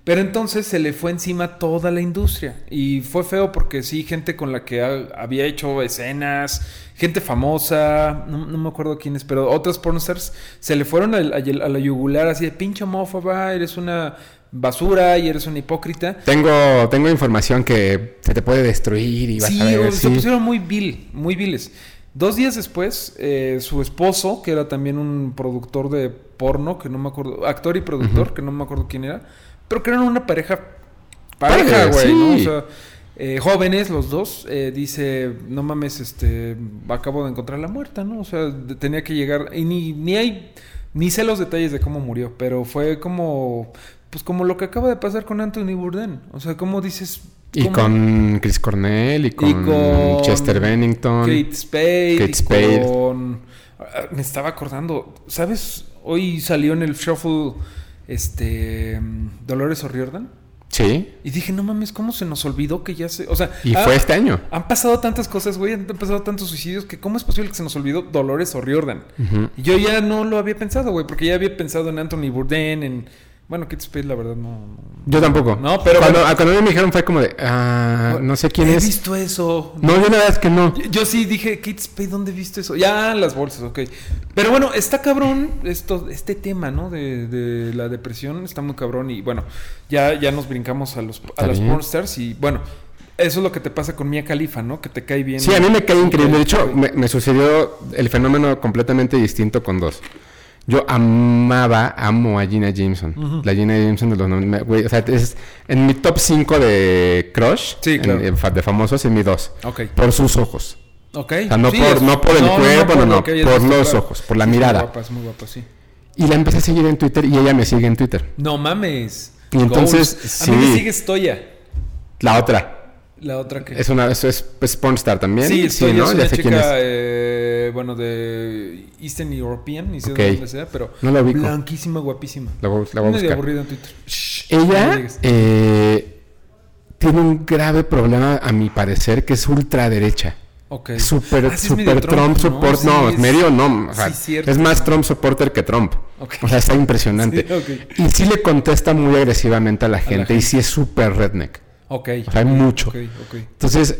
A: Pero entonces se le fue encima toda la industria y fue feo porque sí, gente con la que ha- había hecho escenas, gente famosa, no, no me acuerdo quiénes, pero otras pornstars se le fueron al- al- a, la yugular así de pinche homófoba, eres una basura y eres una hipócrita.
B: Tengo, tengo información que se te puede destruir y vas
A: Sí,
B: a ver.
A: o- se
B: sí.
A: pusieron muy vil, muy viles. Dos días después, eh, su esposo, que era también un productor de porno, que no me acuerdo, actor y productor, que no me acuerdo quién era, pero que eran una pareja, pareja,
B: Pareja,
A: güey,
B: sí.
A: ¿no? O sea, eh, jóvenes los dos, eh, dice, no mames, este, acabo de encontrar la muerta, ¿no? O sea, de- tenía que llegar, y ni, ni hay, ni sé los detalles de cómo murió, pero fue como, pues como lo que acaba de pasar con Anthony Bourdain, o sea, como dices...
B: Y
A: ¿cómo?
B: con Chris Cornell, y con,
A: con
B: Chester Bennington.
A: Kate Spade,
B: Kate
A: y
B: Spade.
A: con- Ah, Me estaba acordando, ¿sabes? Hoy salió en el shuffle este mm, Dolores O'Riordan
B: Sí.
A: y dije, no mames, ¿cómo se nos olvidó que ya se...? O sea,
B: Y
A: ah,
B: fue este año.
A: han pasado tantas cosas, güey, han pasado tantos suicidios que ¿cómo es posible que se nos olvidó Dolores O'Riordan?
B: Ujú.
A: Y Yo ya no lo había pensado, güey, porque ya había pensado en Anthony Bourdain, en... Bueno, Kate Spade, la verdad, no... no-
B: Yo tampoco.
A: No, pero-
B: Cuando, a cuando a mí me dijeron fue como de. Ah, no sé quién
A: He
B: es.
A: visto eso.
B: No, yo la verdad es que no.
A: Yo, yo sí dije, Kate Spade, ¿dónde viste eso? Ya, las bolsas, ok. Pero bueno, está cabrón esto, este tema, ¿no? De, de la depresión, está muy cabrón. Y bueno, ya, ya nos brincamos a, los, a
B: Está
A: las
B: bien.
A: pornstars y bueno, eso es lo que te pasa con Mia Khalifa, ¿no? Que te cae bien.
B: Sí, a mí me cae increíble. De hecho,
A: Ok.
B: me, me sucedió el fenómeno completamente distinto con dos. Yo amaba, amo a Gina Jameson. La Gina Jameson de los nom- me- güey, O sea, es en mi top 5 de Crush.
A: Sí,
B: en-
A: claro.
B: en fa- de famosos, en mi 2.
A: Ok,
B: Por sus ojos.
A: ok.
B: O sea, no,
A: Sí,
B: por,
A: es-
B: no por el cuerpo, no,
A: lo
B: no.
A: que hayas
B: por
A: visto,
B: los
A: claro.
B: ojos, por la
A: Es muy
B: mirada.
A: guapa, es muy guapa, sí.
B: Y la empecé a seguir en Twitter y ella me sigue en Twitter.
A: No mames.
B: Y entonces,
A: Goals. A mí me
B: sí.
A: sigue Stoya,
B: La otra.
A: la otra que...
B: Es una es, es, es pornstar también.
A: Sí, estoy,
B: ¿no?
A: es
B: Ya
A: una
B: sé
A: chica,
B: quién es.
A: eh, bueno, de Eastern European, ni sé
B: Ok.
A: de dónde sea, pero
B: No la ubico.
A: blanquísima, guapísima.
B: La voy- la voy a
A: Medio
B: buscar.
A: aburrida en Twitter. Shh, no me
B: Ella
A: digas.
B: eh, tiene un grave problema, a mi parecer, que es ultraderecha.
A: Ok.
B: Es Super,
A: Ah, sí, es medio
B: super Trump, support.
A: Sí,
B: no,
A: es-
B: es medio no. o sea,
A: sí, cierto.
B: es más Trump supporter que Trump.
A: Ok.
B: O sea, está impresionante.
A: Sí, ok.
B: Y sí le contesta muy agresivamente a la gente, y
A: gente.
B: sí es súper redneck.
A: Ok.
B: O sea, hay mucho.
A: Ok, ok.
B: Entonces,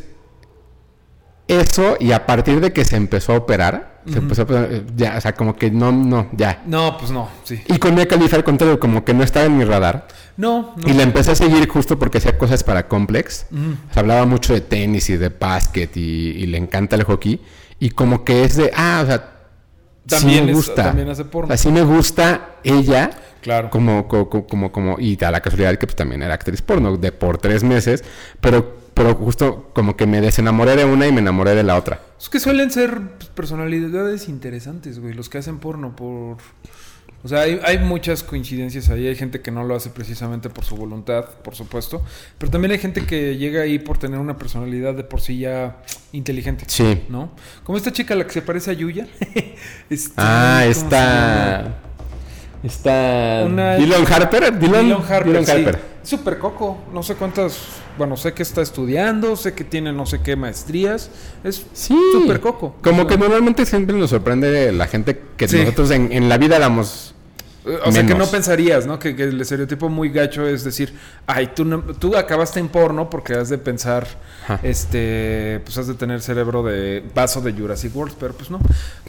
B: Eso, y a partir de que se empezó a operar, se empezó a operar, eh, ya, o sea, como que no, no, ya.
A: No, pues no, sí.
B: Y con Mia Khalifa, al contrario, como que no estaba en mi radar.
A: No, no.
B: Y la empecé a seguir justo porque hacía cosas para Complex. O sea, hablaba mucho de tenis y de básquet y, y le encanta el hockey. Y como que es de, ah, o sea, también
A: También
B: me
A: es-
B: gusta.
A: también hace porno.
B: Así me gusta ella.
A: Claro.
B: Como, co- co- como, como, y da la casualidad que pues, también era actriz porno de por tres meses, pero, pero justo como que me desenamoré de una y me enamoré de la otra.
A: Es que suelen ser pues, personalidades interesantes, güey, los que hacen porno por... O sea, hay, hay muchas coincidencias ahí. Hay gente que no lo hace precisamente por su voluntad, por supuesto. Pero también hay gente que llega ahí por tener una personalidad de por sí ya inteligente.
B: Sí.
A: ¿No? Como esta chica, la que se parece a Yuya. Este,
B: Ah,
A: ¿cómo se llama?
B: está. Está.
A: Una-
B: Dylan Harper. Dylan,
A: Dylan Harper.
B: Dylan
A: sí. Súper coco. No sé cuántas. Bueno, sé que está estudiando, sé que tiene no sé qué maestrías. Es
B: Sí.
A: súper coco.
B: Como
A: O sea,
B: que normalmente siempre nos sorprende la gente que
A: Sí.
B: nosotros en, en la vida damos.
A: O sea, que no
B: Menos.
A: pensarías, ¿no? Que, que el estereotipo muy gacho es decir, ay, tú, no- tú acabaste en porno porque has de pensar,
B: Ajá.
A: este, pues has de tener cerebro de vaso de Jurassic World, pero pues no.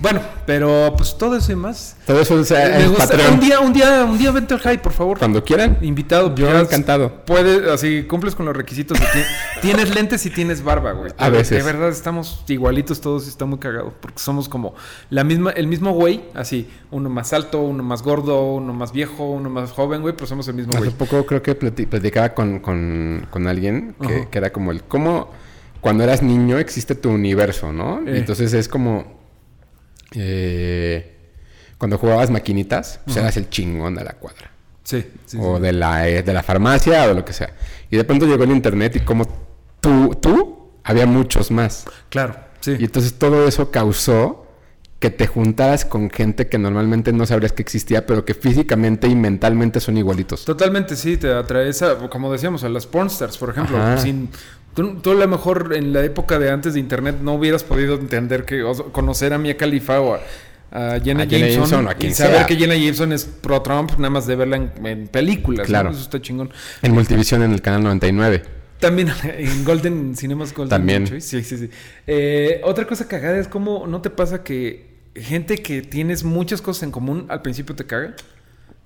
A: Bueno, pero pues todo eso y más.
B: Todo eso o sea,
A: Me
B: es
A: gusta-
B: Patreon.
A: Un día, un día, un día vente al high, por favor.
B: Eh, Cuando quieran.
A: Invitado,
B: Yo
A: ya
B: encantado.
A: Puedes, así cumples con los requisitos. de ti- tienes lentes y tienes barba, güey.
B: A
A: De-
B: veces.
A: De verdad estamos igualitos todos y está muy cagado. Porque somos como la misma, el mismo güey, así. Uno más alto, uno más gordo, uno más viejo, uno más joven, güey, pero somos el mismo
B: Hace
A: güey.
B: poco creo que plati- platicaba con, con- con alguien que,
A: Ajá.
B: que era como el cómo cuando eras niño existe tu universo, ¿no?
A: Eh.
B: Entonces es como eh, cuando jugabas maquinitas, pues eras el chingón de la cuadra.
A: Sí, sí, sí.
B: o De, la, eh, de la farmacia o de lo que sea. Y de pronto llegó el internet y como tú, tú, había muchos más.
A: Claro, sí.
B: Y entonces todo eso causó que te juntaras con gente que normalmente no sabrías que existía, pero que físicamente y mentalmente son igualitos.
A: Totalmente, sí, te atraes a, como decíamos, a las pornstars, por ejemplo.
B: Ajá.
A: Sin, tú, tú a lo mejor en la época de antes de internet no hubieras podido entender que o sea, conocer a Mia Khalifa o a, a Jenna
B: A Jenna
A: Jameson,
B: Jameson o a
A: y
B: quien
A: saber
B: sea.
A: que Jenna Jameson es pro Trump, nada más de verla en, en películas.
B: Claro.
A: ¿no? Eso está chingón.
B: En Multivisión en el canal 99.
A: También en Golden Cinemas Golden
B: También.
A: Choice, Sí, sí, sí. Eh, otra cosa cagada es como no te pasa que gente que tienes muchas cosas en común al principio te caga.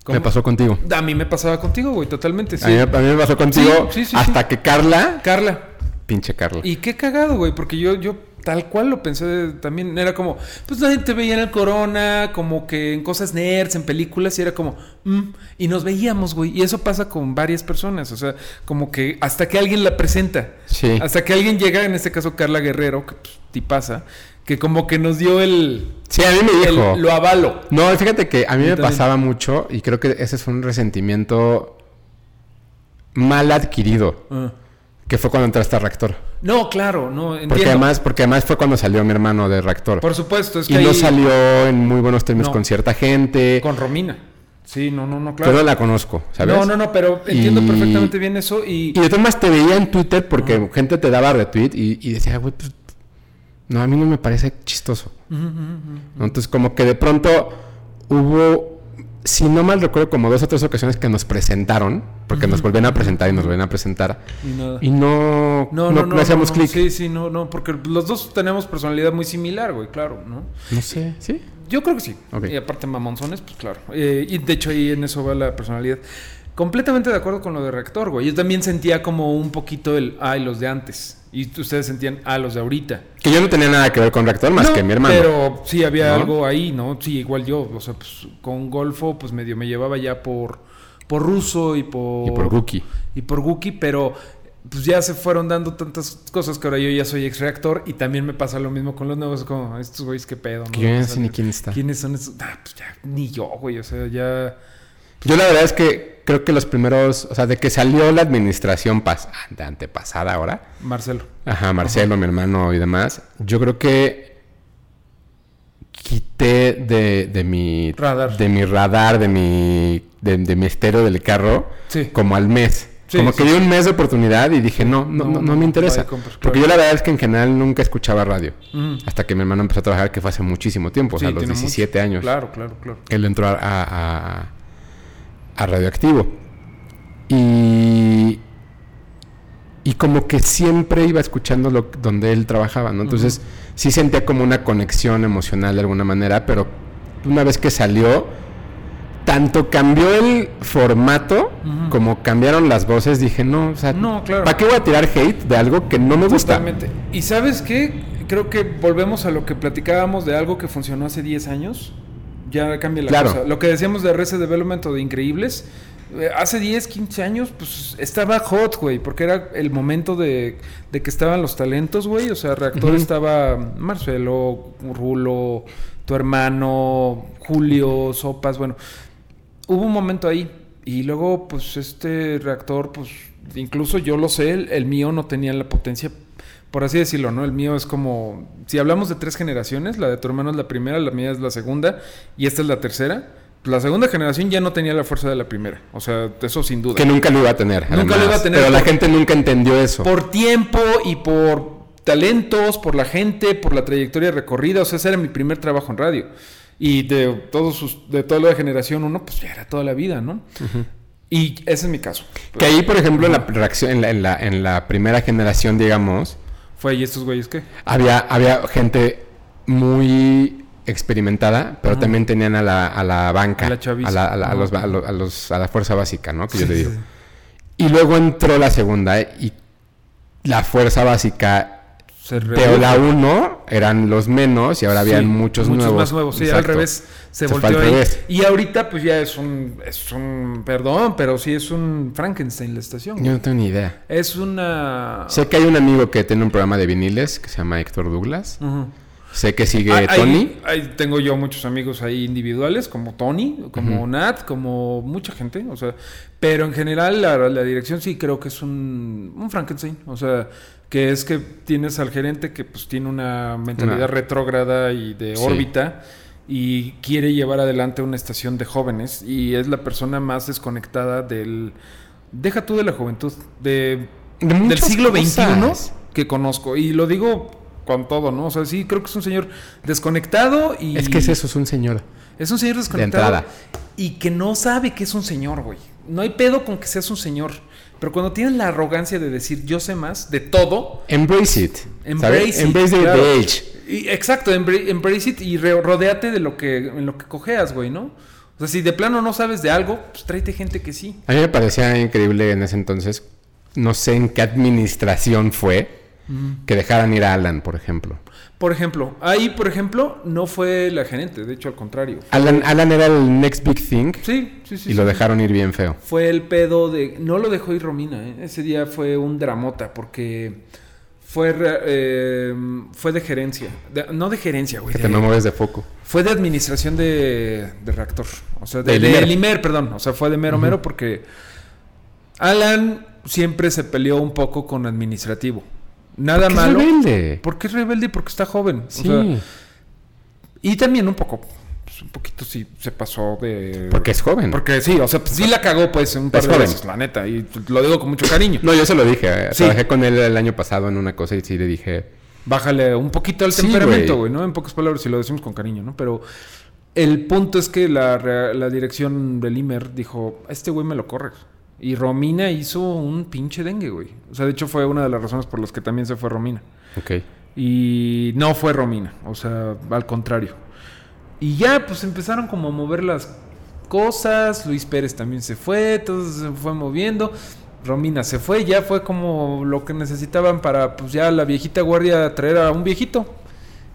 B: Me pasó contigo.
A: A mí me pasaba contigo, güey, totalmente. Sí.
B: A, mí, a mí me pasó contigo
A: Sí, sí, sí,
B: hasta
A: sí.
B: que Carla.
A: Carla,
B: Pinche Carla.
A: Y qué cagado, güey, porque yo, yo tal cual lo pensé también. Era como, pues nadie te veía en el corona, como que en cosas nerds, en películas, y era como, mm, y nos veíamos, güey. Y eso pasa con varias personas, o sea, como que hasta que alguien la presenta.
B: Sí.
A: Hasta que alguien llega, en este caso Carla Guerrero, que pues, ti pasa, que como que nos dio el,
B: Sí, a mí me
A: el
B: dijo.
A: lo avalo.
B: No, fíjate que a mí
A: Yo
B: me
A: también.
B: pasaba mucho y creo que ese es un resentimiento mal adquirido,
A: Ah.
B: que fue cuando entraste a Reactor.
A: No, claro, no, entiendo.
B: Porque además, porque además fue cuando salió mi hermano de Reactor.
A: Por supuesto, es que
B: y no
A: ahí-
B: salió en muy buenos términos
A: No.
B: con cierta gente.
A: con Romina. Sí, no, no, no,
B: Yo
A: claro.
B: no la conozco, ¿sabes?
A: No, no, no, pero entiendo
B: Y-
A: perfectamente bien eso y...
B: Y de todas maneras te veía en Twitter porque gente te daba retweet y, y decía, güey, pues, no, a mí no me parece chistoso. ¿No? Entonces, como que de pronto hubo, si no mal recuerdo, como dos o tres ocasiones que nos presentaron, porque nos volvían a presentar y nos volvían a presentar,
A: y nada.
B: y no,
A: No, no, no,
B: hacíamos
A: no,
B: clic.
A: Sí, sí, no, no, porque los dos tenemos personalidad muy similar, güey, claro, ¿no?
B: No sé, ¿sí?
A: Yo creo que sí.
B: Ok.
A: Y aparte mamonzones, pues claro. Eh, y de hecho ahí en eso va la personalidad. Completamente de acuerdo con lo de reactor, güey. Yo también sentía como un poquito el, ay, los de antes. Y ustedes sentían, ah, los de ahorita.
B: Que yo no tenía nada que ver con Reactor más
A: No,
B: que mi hermano.
A: Pero sí había
B: ¿No?
A: algo ahí, ¿no? Sí, igual yo. O sea, pues con Golfo, pues medio me llevaba ya por, por ruso y por.
B: Y por Guki.
A: Y por Guki, pero pues ya se fueron dando tantas cosas que ahora yo ya soy ex reactor y también me pasa lo mismo con los nuevos, como estos güeyes, qué pedo, ¿no?
B: Que yo ya
A: O
B: no
A: sea,
B: sé ni quién está.
A: ¿Quiénes son estos? Ah, pues ya, ni yo, güey. O sea, ya.
B: Yo la verdad es que creo que los primeros, o sea, de que salió la administración pas de antepasada ahora,
A: Marcelo.
B: Ajá, Marcelo, mi hermano y demás. Yo creo que quité de, de mi
A: Radar.
B: de mi radar, de mi de, de mi estéreo del carro,
A: Sí.
B: como al mes.
A: Sí,
B: como
A: sí,
B: que di un mes de oportunidad y dije, no, no,
A: No,
B: no, no
A: no,
B: me
A: no
B: interesa.
A: hay compras, claro.
B: Porque yo la verdad es que en general nunca escuchaba radio.
A: Mm.
B: Hasta que mi hermano empezó a trabajar, que fue hace muchísimo tiempo, o sea,
A: Sí,
B: a los
A: tiene mucho.
B: 17 años.
A: Claro, claro, claro.
B: Él entró a, a- a- a Radioactivo. Y, y como que siempre iba escuchando lo, donde él trabajaba, ¿no? Entonces uh -huh. sí sentía como una conexión emocional de alguna manera, pero una vez que salió, tanto cambió el formato uh -huh. como cambiaron las voces, dije, no, o sea, no, claro. ¿para qué voy a tirar hate de algo que no me gusta?
A: Totalmente. Y sabes qué, creo que volvemos a lo que platicábamos de algo que funcionó hace 10 años. Ya cambia la claro. cosa. Lo que decíamos de Reset Development o de Increíbles, eh, hace 10, 15 años, pues estaba hot, güey, porque era el momento de, de que estaban los talentos, güey. O sea, reactor uh -huh. estaba Marcelo, Rulo, tu hermano, Julio, Sopas, bueno. Hubo un momento ahí. Y luego, pues este reactor, pues incluso yo lo sé, el, el mío no tenía la potencia por así decirlo, ¿no? El mío es como, si hablamos de tres generaciones, la de tu hermano es la primera, la mía es la segunda y esta es la tercera. La segunda generación ya no tenía la fuerza de la primera. O sea, eso sin duda.
B: Que nunca lo iba a tener.
A: Nunca además. lo iba a tener.
B: Pero la gente nunca entendió eso.
A: Por tiempo y por talentos, por la gente, por la trayectoria recorrida. O sea, ese era mi primer trabajo en radio. Y de, todos sus, de toda la generación uno, pues ya era toda la vida, ¿no? Uh -huh. Y ese es mi caso.
B: Que ahí, por ejemplo, en la, reacción, en la, en la, en la primera generación, digamos,
A: fue ¿y estos güeyes qué?
B: Había, había gente muy experimentada, pero Ajá. también tenían a la, a la banca, a, la a, la, a, la, a los, los, los, a, la fuerza básica, ¿no? Que sí, yo te digo. Sí. Y luego entró la segunda ¿eh? y la fuerza básica pero la 1 eran los menos y ahora habían sí, muchos, muchos nuevos.
A: más nuevos, sí, Exacto. al revés. Se, se volteó ahí. Revés. Y ahorita, pues ya es un, es un. Perdón, pero sí es un Frankenstein la estación.
B: Yo no tengo ni idea.
A: Es una.
B: Sé que hay un amigo que tiene un programa de viniles que se llama Héctor Douglas. Uh -huh. Sé que sigue ah, Tony.
A: Ahí, ahí tengo yo muchos amigos ahí individuales, como Tony, como uh -huh. Nat, como mucha gente. O sea, pero en general la, la dirección sí creo que es un, un Frankenstein. O sea, que es que tienes al gerente que pues tiene una mentalidad no. retrógrada y de sí. órbita y quiere llevar adelante una estación de jóvenes y es la persona más desconectada del deja tú de la juventud de, de del siglo cosas. XXI que conozco y lo digo con todo, ¿no? O sea, sí creo que es un señor desconectado y
B: Es que es eso, es un señor.
A: Es un señor desconectado de y que no sabe que es un señor, güey. No hay pedo con que seas un señor. Pero cuando tienes la arrogancia de decir yo sé más de todo.
B: Embrace it.
A: Embrace
B: ¿sabes? it. Embrace the claro. age.
A: Y, exacto, embrace, embrace, it y rodeate de lo que, en lo que cojeas, güey, ¿no? O sea, si de plano no sabes de algo, pues tráete gente que sí.
B: A mí me parecía increíble en ese entonces, no sé en qué administración fue, mm. que dejaran ir a Alan, por ejemplo.
A: Por ejemplo, ahí, por ejemplo, no fue la gerente, de hecho, al contrario.
B: Alan, Alan era el next big thing.
A: Sí, sí, sí.
B: Y lo dejaron ir bien feo.
A: Fue el pedo de. No lo dejó ir Romina, ¿eh? ese día fue un dramota, porque fue, eh, fue de gerencia. De, no de gerencia, güey.
B: Que te me mueves de foco.
A: Fue de administración de, de reactor. O sea, de, de, de el Imer, perdón. O sea, fue de mero uh -huh. mero, porque Alan siempre se peleó un poco con administrativo. Nada
B: ¿Por qué
A: malo.
B: Es rebelde.
A: Porque es rebelde porque está joven. Sí. O sea, y también un poco. Pues un poquito sí se pasó de.
B: Porque es joven.
A: Porque sí, o sea, pues, sí la cagó, pues, un par es de joven. veces, la neta. Y lo digo con mucho cariño.
B: No, yo se lo dije. Sí. Trabajé con él el año pasado en una cosa y sí le dije.
A: Bájale un poquito al sí, temperamento, güey, ¿no? En pocas palabras, si lo decimos con cariño, ¿no? Pero el punto es que la, la dirección del Imer dijo: a Este güey me lo corres. Y Romina hizo un pinche dengue, güey. O sea, de hecho fue una de las razones por las que también se fue Romina.
B: Ok.
A: Y no fue Romina, o sea, al contrario. Y ya, pues empezaron como a mover las cosas. Luis Pérez también se fue, todo se fue moviendo. Romina se fue, ya fue como lo que necesitaban para, pues ya la viejita guardia traer a un viejito.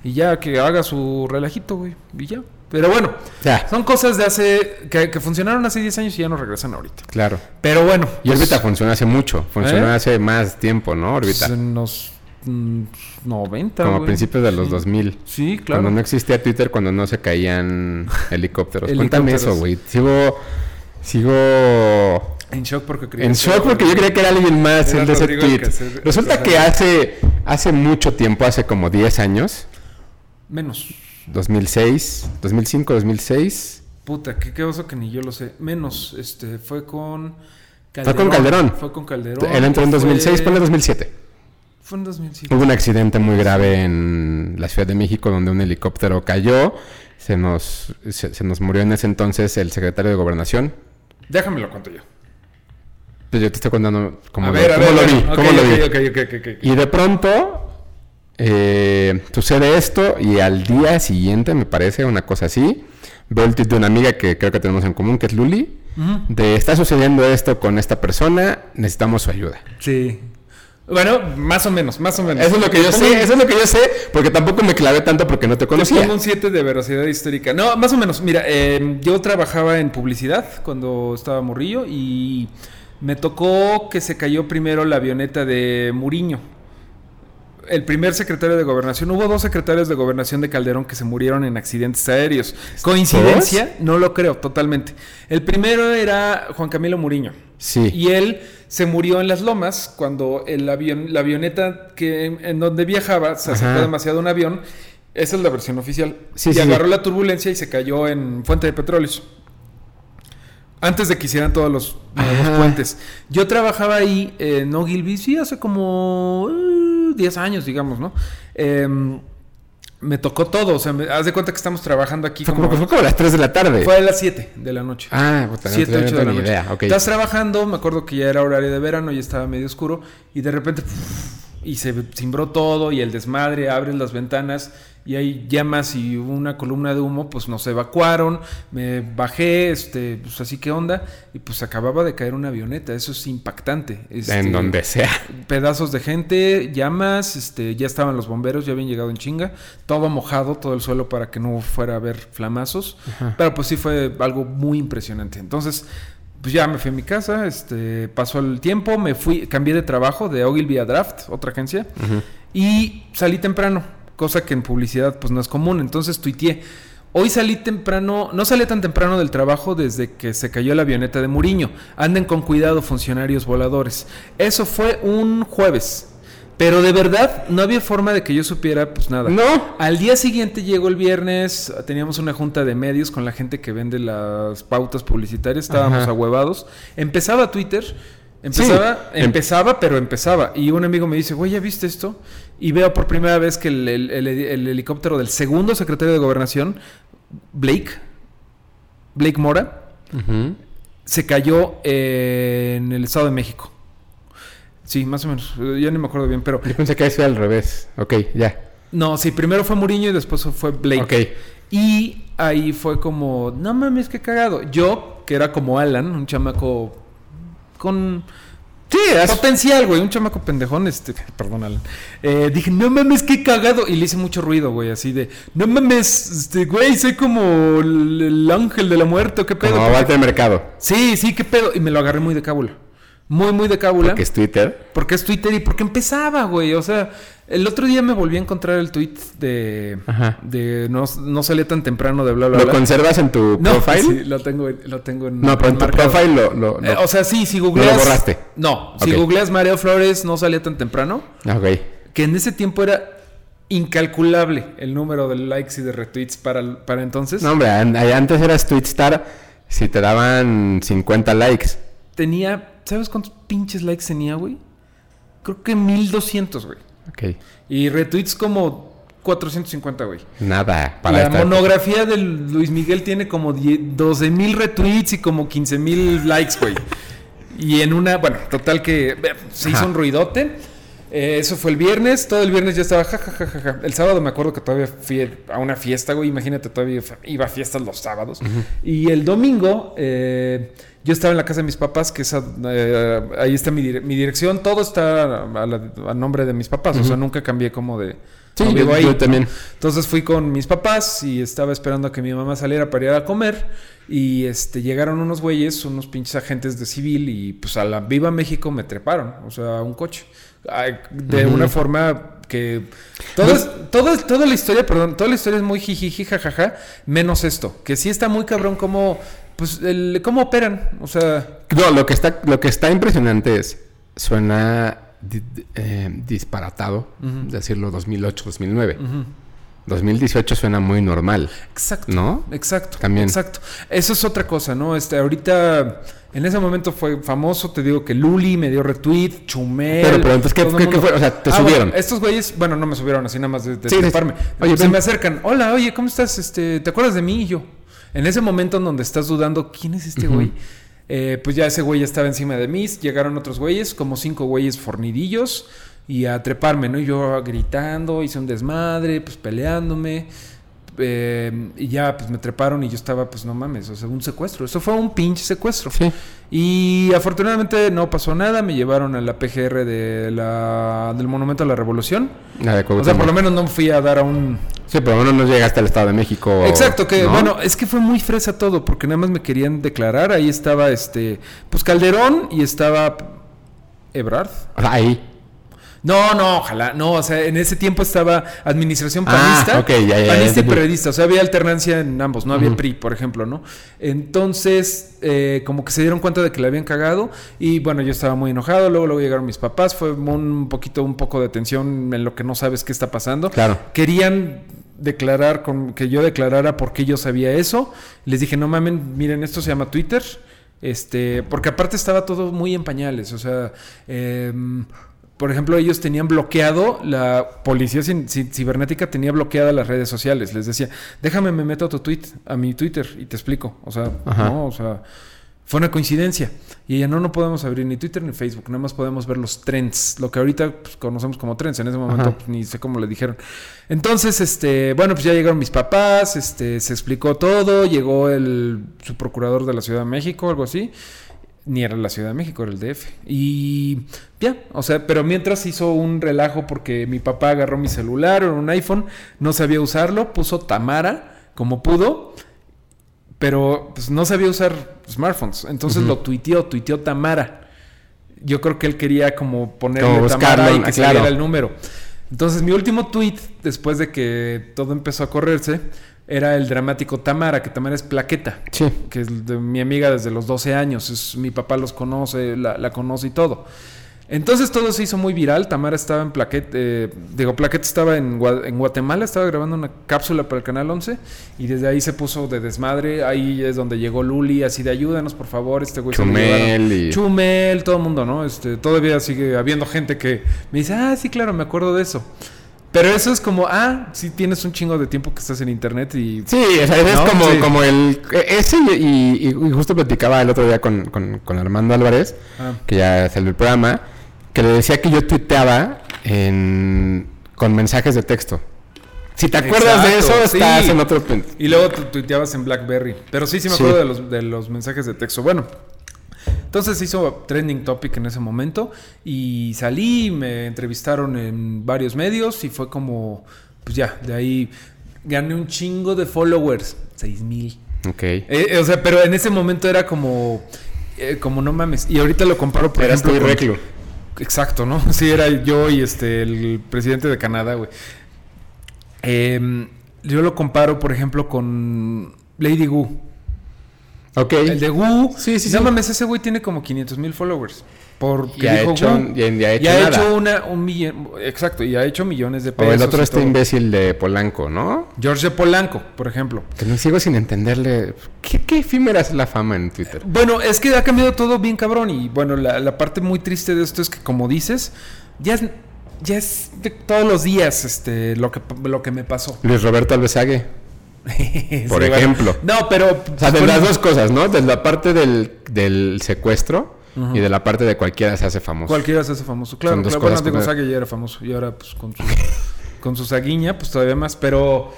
A: Y ya que haga su relajito, güey. Y ya. Pero bueno, ya. son cosas de hace. Que, que, funcionaron hace 10 años y ya no regresan ahorita.
B: Claro.
A: Pero bueno.
B: Y pues, órbita funcionó hace mucho. Funcionó ¿eh? hace más tiempo, ¿no? Órbita.
A: Pues en los mm, 90.
B: Como güey. principios de los sí. 2000.
A: Sí, claro.
B: Cuando no existía Twitter, cuando no se caían helicópteros. Cuéntame helicópteros. eso, güey. Sigo. Sigo.
A: En shock porque
B: creía. En shock porque yo creía que era alguien más el de ese tweet. Que se, Resulta que hace, hace mucho tiempo, hace como 10 años.
A: Menos.
B: 2006, 2005, 2006.
A: Puta, qué, qué oso que ni yo lo sé. Menos, este, fue con
B: Calderón. Fue con Calderón.
A: Fue con Calderón.
B: Él entró en 2006, fue... ponle 2007.
A: Fue en 2007.
B: Hubo un accidente muy grave en la Ciudad de México donde un helicóptero cayó. Se nos, se, se nos murió en ese entonces el secretario de Gobernación.
A: Déjame lo cuento yo.
B: Pues yo te estoy contando cómo
A: a
B: lo,
A: ver, a
B: cómo
A: ver,
B: lo
A: a ver.
B: vi.
A: Ok,
B: cómo lo
A: ok,
B: vi.
A: ok, ok, ok, ok.
B: Y de pronto eh, sucede esto y al día siguiente, me parece, una cosa así, veo el tweet de una amiga que creo que tenemos en común, que es Luli,
A: Ujú.
B: de está sucediendo esto con esta persona, necesitamos su ayuda.
A: Sí. Bueno, más o menos, más o menos.
B: Eso es lo que yo sé, eso es lo que yo sé, porque tampoco me clavé tanto porque no te
A: Te
B: conocía.
A: pongo un 7 de veracidad histórica. No, más o menos. Mira, eh, yo trabajaba en publicidad cuando estaba morrillo y me tocó que se cayó primero la avioneta de Muriño. El primer secretario de gobernación. Hubo dos secretarios de gobernación de Calderón que se murieron en accidentes aéreos. ¿Coincidencia? No lo creo, totalmente. El primero era Juan Camilo Muriño.
B: Sí.
A: Y él se murió en las lomas cuando el avión, la avioneta que, en, en donde viajaba se acercó
B: Ajá.
A: demasiado a un avión. Esa es la versión oficial.
B: Sí,
A: y
B: sí,
A: agarró
B: sí.
A: la turbulencia y se cayó en Fuente de Petróleos. Antes de que hicieran todos los nuevos
B: Ajá.
A: puentes. Yo trabajaba ahí eh, en Ogilvy, sí, hace como eh, 10 años, digamos, ¿no? Em, me tocó todo. O sea, me- haz de cuenta que estamos trabajando aquí.
B: fue,
A: como-
B: como, fue como a las 3 de la tarde.
A: fue a las 7 de la noche.
B: Ah, puta, no
A: 7,
B: tenía
A: 8 de la
B: ni
A: noche.
B: idea. ok.
A: Estás trabajando, me acuerdo que ya era horario de verano y estaba medio oscuro y de repente pff, y se cimbró todo y el desmadre, abres las ventanas y hay llamas y hubo una columna de humo, pues nos evacuaron, me bajé, este, pues así que onda y pues acababa de caer una avioneta, eso es impactante. este,
B: En donde sea.
A: pedazos de gente, llamas, este, ya estaban los bomberos, ya habían llegado en chinga, todo mojado, todo el suelo para que no fuera a haber flamazos, pero pues sí fue algo muy impresionante. Entonces, pues ya me fui a mi casa, este, pasó el tiempo, me fui, cambié de trabajo de Ogilvy a Draft, otra agencia, y salí temprano, cosa que en publicidad pues no es común, entonces tuiteé. Hoy salí temprano, no salí tan temprano del trabajo desde que se cayó la avioneta de Muriño. Anden con cuidado, funcionarios voladores. Eso fue un jueves. Pero de verdad, no había forma de que yo supiera pues nada.
B: No.
A: Al día siguiente llegó el viernes, teníamos una junta de medios con la gente que vende las pautas publicitarias, estábamos
B: Ajá.
A: ahuevados. Empezaba Twitter, empezaba,
B: em-
A: empezaba, pero empezaba. Y un amigo me dice, güey, ¿ya viste esto? Y veo por primera vez que el, el- el- el helicóptero del segundo secretario de gobernación, Blake, Blake Mora,
B: Ujú.
A: se cayó eh, en el Estado de México. Sí, más o menos. Eh, Ya no me acuerdo bien, pero...
B: Yo pensé que eso era al revés. Ok, ya.
A: No, sí, primero fue Muriño y después fue Blake.
B: Ok.
A: Y ahí fue como, no mames, qué cagado. Yo, que era como Alan, un chamaco con
B: Sí,
A: potencial, güey, un chamaco pendejón, este, perdón, Alan. Eh, dije, no mames, qué cagado. Y le hice mucho ruido, güey, así de, no mames, este, güey, soy como el, el ángel de la muerte, ¿o qué pedo.
B: como
A: Porque-
B: Walter Mercado.
A: Sí, sí, qué pedo. Y me lo agarré muy de cábula. Muy, muy de cábula.
B: Porque es Twitter.
A: Porque es Twitter y porque empezaba, güey. O sea, el otro día me volví a encontrar el tweet de.
B: Ajá.
A: De no, no sale tan temprano de bla, bla,
B: ¿Lo
A: bla.
B: conservas en tu
A: no,
B: profile?
A: sí, lo tengo, en- lo tengo en.
B: No, pero en tu
A: marcado.
B: profile lo. lo,
A: Eh,
B: lo-
A: o sea, sí, si googleas.
B: lo borraste?
A: No, si
B: Ok.
A: googleas Mario Flores, no salía tan temprano.
B: Ah, ok.
A: Que en ese tiempo era incalculable el número de likes y de retweets para, para entonces.
B: No, hombre, an- ay, antes eras Twitstar si te daban 50 likes.
A: Tenía. ¿Sabes cuántos pinches likes tenía, güey? Creo que 1200, güey.
B: Ok.
A: Y retweets como 450, güey.
B: Nada.
A: la
B: esta-
A: monografía de Luis Miguel tiene como 12 mil retweets y como 15 mil likes, güey. Y en una, bueno, total que ve, se hizo
B: Ajá.
A: un ruidote. Eh, eso fue el viernes, todo el viernes ya estaba ja, ja, ja, ja, ja. El sábado me acuerdo que todavía fui a una fiesta, güey. Imagínate, todavía fa- iba a fiestas los sábados. Y el domingo eh, yo estaba en la casa de mis papás, que esa, eh, ahí está mi, dire- mi dirección. Todo está a, la- a nombre de mis papás, o sea, nunca cambié como de...
B: Sí,
A: no
B: yo-
A: vivo ahí,
B: yo
A: ¿no?
B: también.
A: Entonces fui con mis papás y estaba esperando a que mi mamá saliera para ir a comer. Y este, llegaron unos güeyes, unos pinches agentes de civil, y pues a la Viva México me treparon, o sea, a un coche. Ay, De una forma que. Todo es- todo es- toda la historia, perdón, toda la historia es muy jijiji, jajaja, menos esto, que sí está muy cabrón cómo, pues, el, cómo operan, o sea.
B: No, lo que está, lo que está impresionante es. Suena di- di- eh, disparatado, decirlo 2008, 2009. 2018 suena muy normal.
A: Exacto.
B: ¿No?
A: Exacto.
B: También.
A: Exacto. Eso es otra cosa, ¿no? Este, ahorita, en ese momento fue famoso, te digo que Luli me dio retweet, Chumel.
B: Pero, pero entonces, ¿qué-
A: todo el
B: qué- qué
A: mundo. Ah,
B: fue? O sea, te
A: bueno,
B: subieron.
A: estos güeyes, bueno, no me subieron así nada más de, de
B: Sí, sí, sí.
A: treparme.
B: Oye,
A: Se
B: ven.
A: me acercan. Hola, oye, ¿cómo estás? Este, ¿te acuerdas de mí y yo? En ese momento en donde estás dudando, ¿quién es este güey? Eh, pues ya ese güey ya estaba encima de mí, llegaron otros güeyes, como cinco güeyes fornidillos, y a treparme, ¿no? Y yo gritando, hice un desmadre, pues peleándome. eh, y ya pues me treparon y yo estaba pues no mames, o sea, un secuestro. Eso fue un pinche secuestro.
B: Sí.
A: Y afortunadamente no pasó nada, me llevaron a la PGR de la, del Monumento a la Revolución.
B: La de
A: O sea, por lo
B: Cuauhtémoc.
A: menos no fui a dar a un...
B: Sí, por lo menos no llegaste al Estado de México.
A: Exacto, que
B: ¿no?
A: bueno, es que fue muy fresa todo, porque nada más me querían declarar, ahí estaba este, pues Calderón y estaba Ebrard.
B: O sea, ahí.
A: No, no, ojalá, no, o sea, en ese tiempo estaba administración
B: Ah,
A: panista,
B: ok, ya, ya, ya,
A: panista y
B: entendí.
A: periodista, o sea, había alternancia en ambos, no había
B: Ujú.
A: PRI, por ejemplo, ¿no? Entonces, eh, como que se dieron cuenta de que le habían cagado y bueno, yo estaba muy enojado, luego, luego llegaron mis papás, fue un poquito, un poco de tensión en lo que no sabes qué está pasando.
B: Claro.
A: Querían declarar, con, que yo declarara por qué yo sabía eso, les dije, no mamen, miren, esto se llama Twitter. Este, porque aparte estaba todo muy en pañales, o sea, em, por ejemplo, ellos tenían bloqueado, la policía cin- ci- cibernética tenía bloqueada las redes sociales. Les decía, déjame, me meto a tu tweet, a mi Twitter y te explico. O sea,
B: Ajá.
A: no, o sea, fue una coincidencia. Y ella, no, no podemos abrir ni Twitter ni Facebook, nada más podemos ver los trends, lo que ahorita pues, conocemos como trends. En ese momento
B: Ajá.
A: pues, ni sé cómo le dijeron. Entonces, este, bueno, pues ya llegaron mis papás, este, se explicó todo, llegó el su procurador de la Ciudad de México, algo así. Ni era la Ciudad de México, era el DF. Y ya, o sea, pero mientras hizo un relajo porque mi papá agarró mi celular, era un iPhone, no sabía usarlo, puso Tamara como pudo, pero pues no sabía usar smartphones. Entonces
B: Ujú.
A: lo tuiteó, tuiteó Tamara. Yo creo que él quería como
B: Como
A: ponerle
B: buscarlo,
A: Tamara y que
B: ah,
A: saliera
B: claro.
A: el número. Entonces mi último tweet, después de que todo empezó a correrse, era el dramático Tamara, que Tamara es plaqueta
B: Sí.
A: que es de mi amiga desde los 12 años, es, mi papá los conoce, la, la conoce y todo. Entonces todo se hizo muy viral, Tamara estaba en Plaquet, eh, digo, Plaquet estaba en, Gua- en Guatemala, estaba grabando una cápsula para el Canal 11 y desde ahí se puso de desmadre, ahí es donde llegó Luli, así de ayúdanos por favor, este güey se lo llevaron".
B: Chumel y.
A: Chumel, todo el mundo, ¿no? Este, todavía sigue habiendo gente que me dice, ah, sí, claro, me acuerdo de eso. Pero eso es como, ah, sí tienes un chingo de tiempo que estás en internet y
B: Sí, o sea, es
A: ¿No?
B: como,
A: Sí.
B: como el... e- Ese y, y- y justo platicaba el otro día con, con- con Armando Álvarez,
A: Ah.
B: que ya salió el programa, que le decía que yo tuiteaba en- con mensajes de texto. Si te acuerdas de
A: Exacto,
B: eso,
A: sí.
B: estás en otro... pen-
A: Y luego tu- tuiteabas en BlackBerry. Pero sí, sí me
B: Sí.
A: acuerdo de, los, de los mensajes de texto. Bueno, entonces hizo trending topic en ese momento y salí, me entrevistaron en varios medios y fue como, pues ya, de ahí gané un chingo de followers, 6000 mil. Eh,
B: Ok.
A: o sea, pero en ese momento era como, eh, como no mames. Y ahorita lo comparo, por
B: Eras tú y
A: ejemplo, con-
B: Reclu.
A: Exacto, ¿no? Sí, era yo y este, el presidente de Canadá, güey. Em, yo lo comparo, por ejemplo, con Lady Gu.
B: Ok.
A: El de Gu.
B: Sí, sí,
A: No
B: sí.
A: mames, ese güey tiene como 500 mil followers. Porque
B: Y ha
A: dijo
B: hecho-
A: Gu.
B: y ha hecho
A: Y ha
B: nada.
A: hecho una, un millón. Exacto, y ha hecho millones de
B: o
A: pesos.
B: el otro
A: y
B: este
A: todo.
B: imbécil de Polanco, ¿no?
A: George Polanco, por ejemplo.
B: Que no sigo sin entenderle... ¿Qué, qué efímera es la fama en Twitter?
A: Bueno, es que ha cambiado todo bien cabrón. Y bueno, la, la parte muy triste de esto es que, como dices, ya es, ya es de todos los días este, lo, que, lo que me pasó.
B: Luis Roberto Alvesague.
A: Sí,
B: Por
A: bueno.
B: ejemplo.
A: No, pero.
B: O sea, de
A: por-
B: las dos cosas, ¿no? De la parte del, del secuestro y de la parte de cualquiera se hace famoso.
A: Cualquiera se hace famoso. Claro,
B: Son dos
A: claro. Bueno,
B: cosas
A: digo,
B: como-
A: Sague ya era famoso. Y ahora, pues, con su, con su saguiña, pues todavía más. Pero.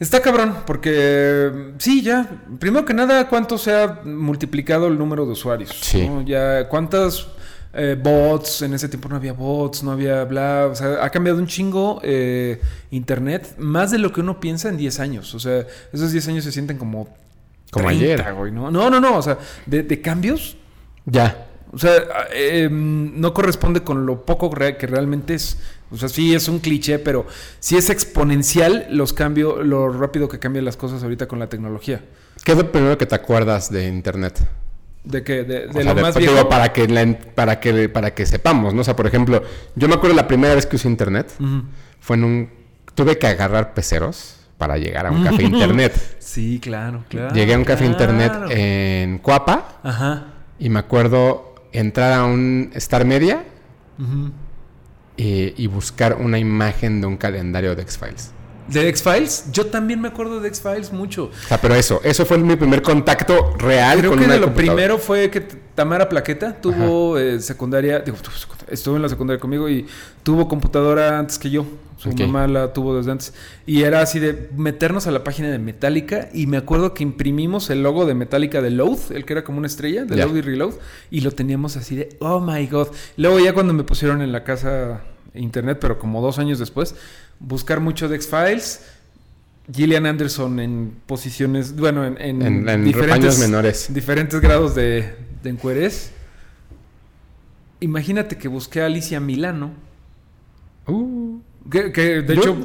A: Está cabrón, porque sí, ya. Primero que nada, cuánto se ha multiplicado el número de usuarios.
B: Sí.
A: ¿no? Ya, cuántas eh, bots, en ese tiempo no había bots, no había bla. O sea, ha cambiado un chingo eh, Internet, más de lo que uno piensa en 10 años. O sea, esos 10 años se sienten como.
B: Como
A: 30,
B: ayer.
A: güey, ¿no? no, no, no. O sea, de- de cambios,
B: Ya.
A: O sea, eh, no corresponde con lo poco re- que realmente es. O sea, sí es un cliché, pero sí es exponencial los cambios, lo rápido que cambian las cosas ahorita con la tecnología.
B: ¿Qué es lo primero que te acuerdas de internet?
A: De que de, de
B: O
A: lo
B: sea, de-
A: más
B: digo,
A: viejo.
B: para que la en- para que para que sepamos, ¿no? O sea, por ejemplo, yo me acuerdo la primera vez que usé internet
A: Ujú.
B: fue en un tuve que agarrar peceros para llegar a un café internet.
A: Sí, claro, claro.
B: Llegué a un café
A: claro.
B: internet eh. en Cuapa
A: Ajá.
B: y me acuerdo entrar a un Star Media
A: Ujú.
B: eh, y buscar una imagen de un calendario de X-Files.
A: ¿De X-Files? Yo también me acuerdo de X-Files mucho.
B: O sea, pero eso, eso fue mi primer contacto real
A: Creo
B: con
A: que
B: una
A: de lo
B: computadora.
A: primero fue que t- Tamara Plaqueta tuvo eh, secundaria, digo, tuvo secundaria, estuvo en la secundaria conmigo y tuvo computadora antes que yo. Su
B: Ok.
A: mamá la tuvo desde antes. Y era así de meternos a la página de Metallica y me acuerdo que imprimimos el logo de Metallica de Load, el que era como una estrella, de
B: Ya.
A: Load y Reload, y lo teníamos así de, oh my god. Luego ya cuando me pusieron en la casa internet, pero como dos años después, buscar mucho de X-Files. Gillian Anderson en posiciones, bueno, en, en
B: En- en
A: diferentes
B: paños menores.
A: diferentes grados de, de encuerez. Imagínate que busqué a Alicia Milano.
B: Uh,
A: Que, que, de
B: Yo-
A: hecho,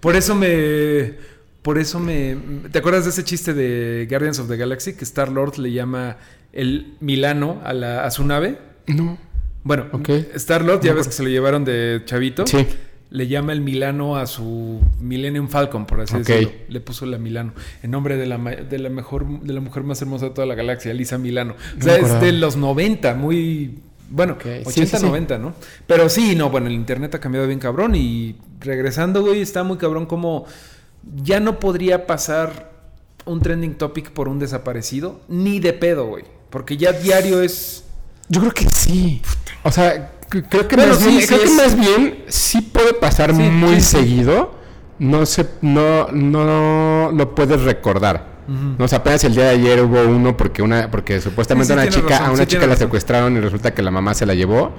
A: por eso me. Por eso me. ¿Te acuerdas de ese chiste de Guardians of the Galaxy? Que Star Lord le llama el Milano a, la, a su nave.
B: no.
A: Bueno,
B: Ok.
A: Star Lord, ya
B: No,
A: ves
B: por-
A: que se lo llevaron de Chavito.
B: Sí.
A: Le llama el Milano a su Millennium Falcon, por así
B: Ok.
A: decirlo. Le puso la Milano. En nombre de la, ma- de la mejor, de la mujer más hermosa de toda la galaxia, Lisa Milano. O
B: No
A: sea,
B: me
A: es
B: acordaba.
A: de los 90, muy. Bueno,
B: Ok, sí,
A: 80,
B: sí, sí.
A: 90, ¿no? Pero sí, no, bueno, el internet ha cambiado bien cabrón. Y regresando, güey, está muy cabrón como ya no podría pasar un trending topic por un desaparecido, ni de pedo, güey. Porque ya diario es.
B: Yo creo que sí. O sea, c- creo que,
A: Bueno,
B: más,
A: sí,
B: bien,
A: sí
B: creo que
A: es.
B: más bien sí puede pasar
A: Sí,
B: muy
A: sí, sí.
B: seguido. No se, no, no, no lo puedes recordar. No, o sea, apenas el día de ayer hubo uno porque una, porque supuestamente
A: Sí, sí,
B: a una
A: tienes
B: chica,
A: razón,
B: a
A: sí,
B: una chica
A: tienes
B: la
A: razón.
B: secuestraron y resulta que la mamá se la llevó.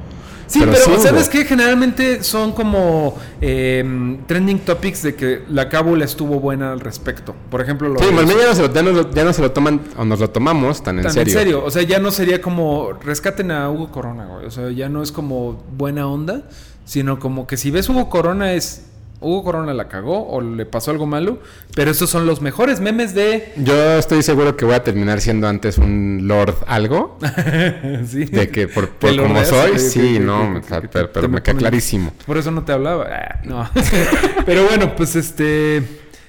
A: Sí, pero, ¿sabes
B: hubo.
A: qué? Generalmente son como eh, trending topics de que la cábula estuvo buena al respecto. Por ejemplo, lo
B: Sí,
A: de-
B: más bien ya no, se lo, ya no lo- ya no se lo toman o nos lo tomamos tan en
A: Tan
B: serio.
A: O sea, ya no sería como rescaten a Hugo Corona, güey. O sea, ya no es como buena onda, sino como que si ves Hugo Corona es Hugo Corona la cagó o le pasó algo malo, pero estos son los mejores memes de
B: Yo estoy seguro que voy a terminar siendo antes un lord algo.
A: Sí.
B: De que por, por
A: Te lo
B: como
A: ordeas,
B: soy,
A: ok,
B: sí,
A: ok, ok,
B: no,
A: ok,
B: o sea,
A: ok,
B: pero,
A: te
B: pero me queda
A: ponen-
B: clarísimo.
A: Por eso no te hablaba. Ah, no. pero bueno, pues este